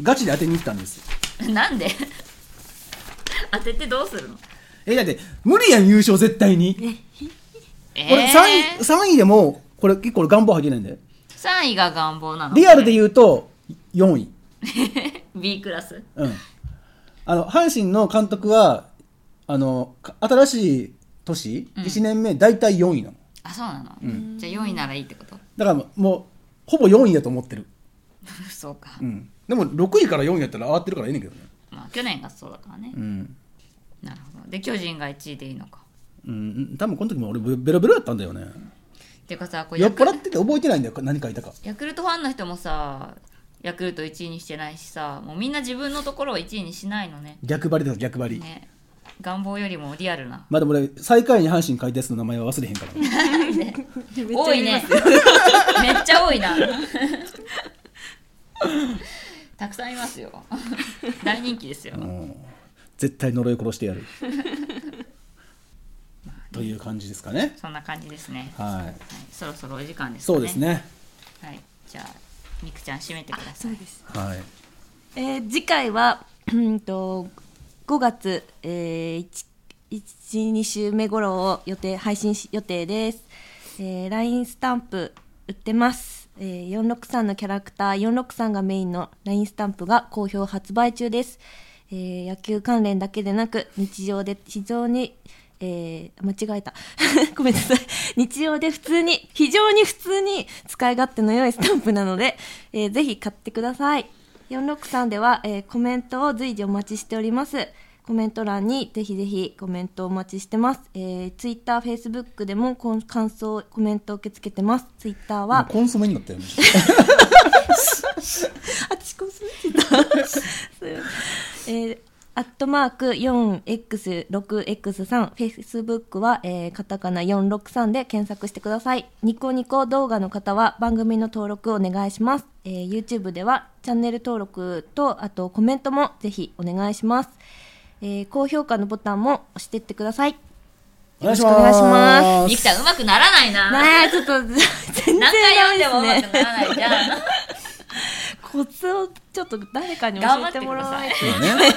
[SPEAKER 4] ガチで当てに行ったんですよ
[SPEAKER 3] なんで 当ててどうするの
[SPEAKER 4] えだって無理やん優勝絶対に
[SPEAKER 3] え
[SPEAKER 4] 俺
[SPEAKER 3] ー
[SPEAKER 4] 3位三位でもこれ結構俺願望入ってないんだよ
[SPEAKER 3] 3位が願望なの
[SPEAKER 4] リアルで言うと4位
[SPEAKER 3] B クラス
[SPEAKER 4] うんあの阪神の監督はあのか新しい年
[SPEAKER 3] うん
[SPEAKER 4] 1年目大体4位なの
[SPEAKER 3] あそうなの、じゃあ4位ならいいってこと
[SPEAKER 4] だからもうほぼ4位だと思ってる、
[SPEAKER 3] そうか、
[SPEAKER 4] うん、でも6位から4位やったら上がってるからええねんけどね
[SPEAKER 3] まあ去年がそうだからね、
[SPEAKER 4] うん、
[SPEAKER 3] なるほどで巨人が1位でいいのか
[SPEAKER 4] うん、多分この時も俺ベロベロやったんだよね
[SPEAKER 3] ていうかさこれ
[SPEAKER 4] 酔
[SPEAKER 3] ヤ
[SPEAKER 4] っ
[SPEAKER 3] ク
[SPEAKER 4] 払
[SPEAKER 3] ル
[SPEAKER 4] ってて覚えてないんだよ何書いたか
[SPEAKER 3] ヤクルトファンの人もさヤクルト1位にしてないしさもうみんな自分のところを1位にしないのね
[SPEAKER 4] 逆張りだよ逆張り、
[SPEAKER 3] ね願望よりもリアルな
[SPEAKER 4] まあでも俺最下位に阪神書いたやつの名前は忘れへんから
[SPEAKER 3] 多いね めっちゃ多いなたくさんいますよ大人気ですよ、
[SPEAKER 4] うん絶対呪い殺してや るという感じですかね
[SPEAKER 3] そんな感じですね、はい、
[SPEAKER 4] はい
[SPEAKER 3] そろそろお時間ですかね
[SPEAKER 4] そうですね
[SPEAKER 3] はい、じゃあみくちゃん締めてください
[SPEAKER 4] はい
[SPEAKER 5] えー次回は うんと5月、え12週目頃を予定配信し予定です、えー、LINE スタンプ売ってます、えー、463のキャラクター463がメインの LINE スタンプが好評発売中です、えー野球関連だけでなく日常で非常にえー間違えた ごめんなさい日常で普通に非常に普通に使い勝手の良いスタンプなので、えーぜひ買ってください463では、えーコメントを随時お待ちしておりますコメント欄にぜひぜひコメントお待ちしてます、えー、ツイッター、フェイスブックでもこん感想コメント受け付けてますツイッター
[SPEAKER 4] もう
[SPEAKER 5] は
[SPEAKER 4] コンソメになったよね
[SPEAKER 5] あ、遅刻するって言った。すいませんえーアットマーク 4x6x3 Facebook は、えーカタカナ463で検索してくださいニコニコ動画の方は番組の登録をお願いします、えー YouTube ではチャンネル登録とあとコメントもぜひお願いします、えー高評価のボタンも押してってください
[SPEAKER 4] お願いし
[SPEAKER 5] よろしくお
[SPEAKER 4] ま
[SPEAKER 5] 願
[SPEAKER 4] す
[SPEAKER 3] みくちゃんうまくならないな
[SPEAKER 5] ねえちょっと全然
[SPEAKER 3] 何回読んでも
[SPEAKER 5] ダ
[SPEAKER 3] う
[SPEAKER 5] メ
[SPEAKER 3] ま
[SPEAKER 5] で
[SPEAKER 3] く
[SPEAKER 5] す
[SPEAKER 3] な
[SPEAKER 5] ね
[SPEAKER 3] らないじゃん
[SPEAKER 5] コツをちょっと誰かに教えてもらわないと
[SPEAKER 4] そうだね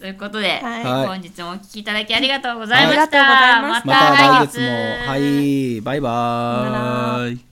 [SPEAKER 3] ということで、
[SPEAKER 5] はい
[SPEAKER 4] はい
[SPEAKER 3] 本日もお聞きいただきありがとうございました、
[SPEAKER 5] はいありがとうございました
[SPEAKER 4] また来月も
[SPEAKER 3] 来月
[SPEAKER 4] はいバイバ
[SPEAKER 5] さよな
[SPEAKER 4] ーイ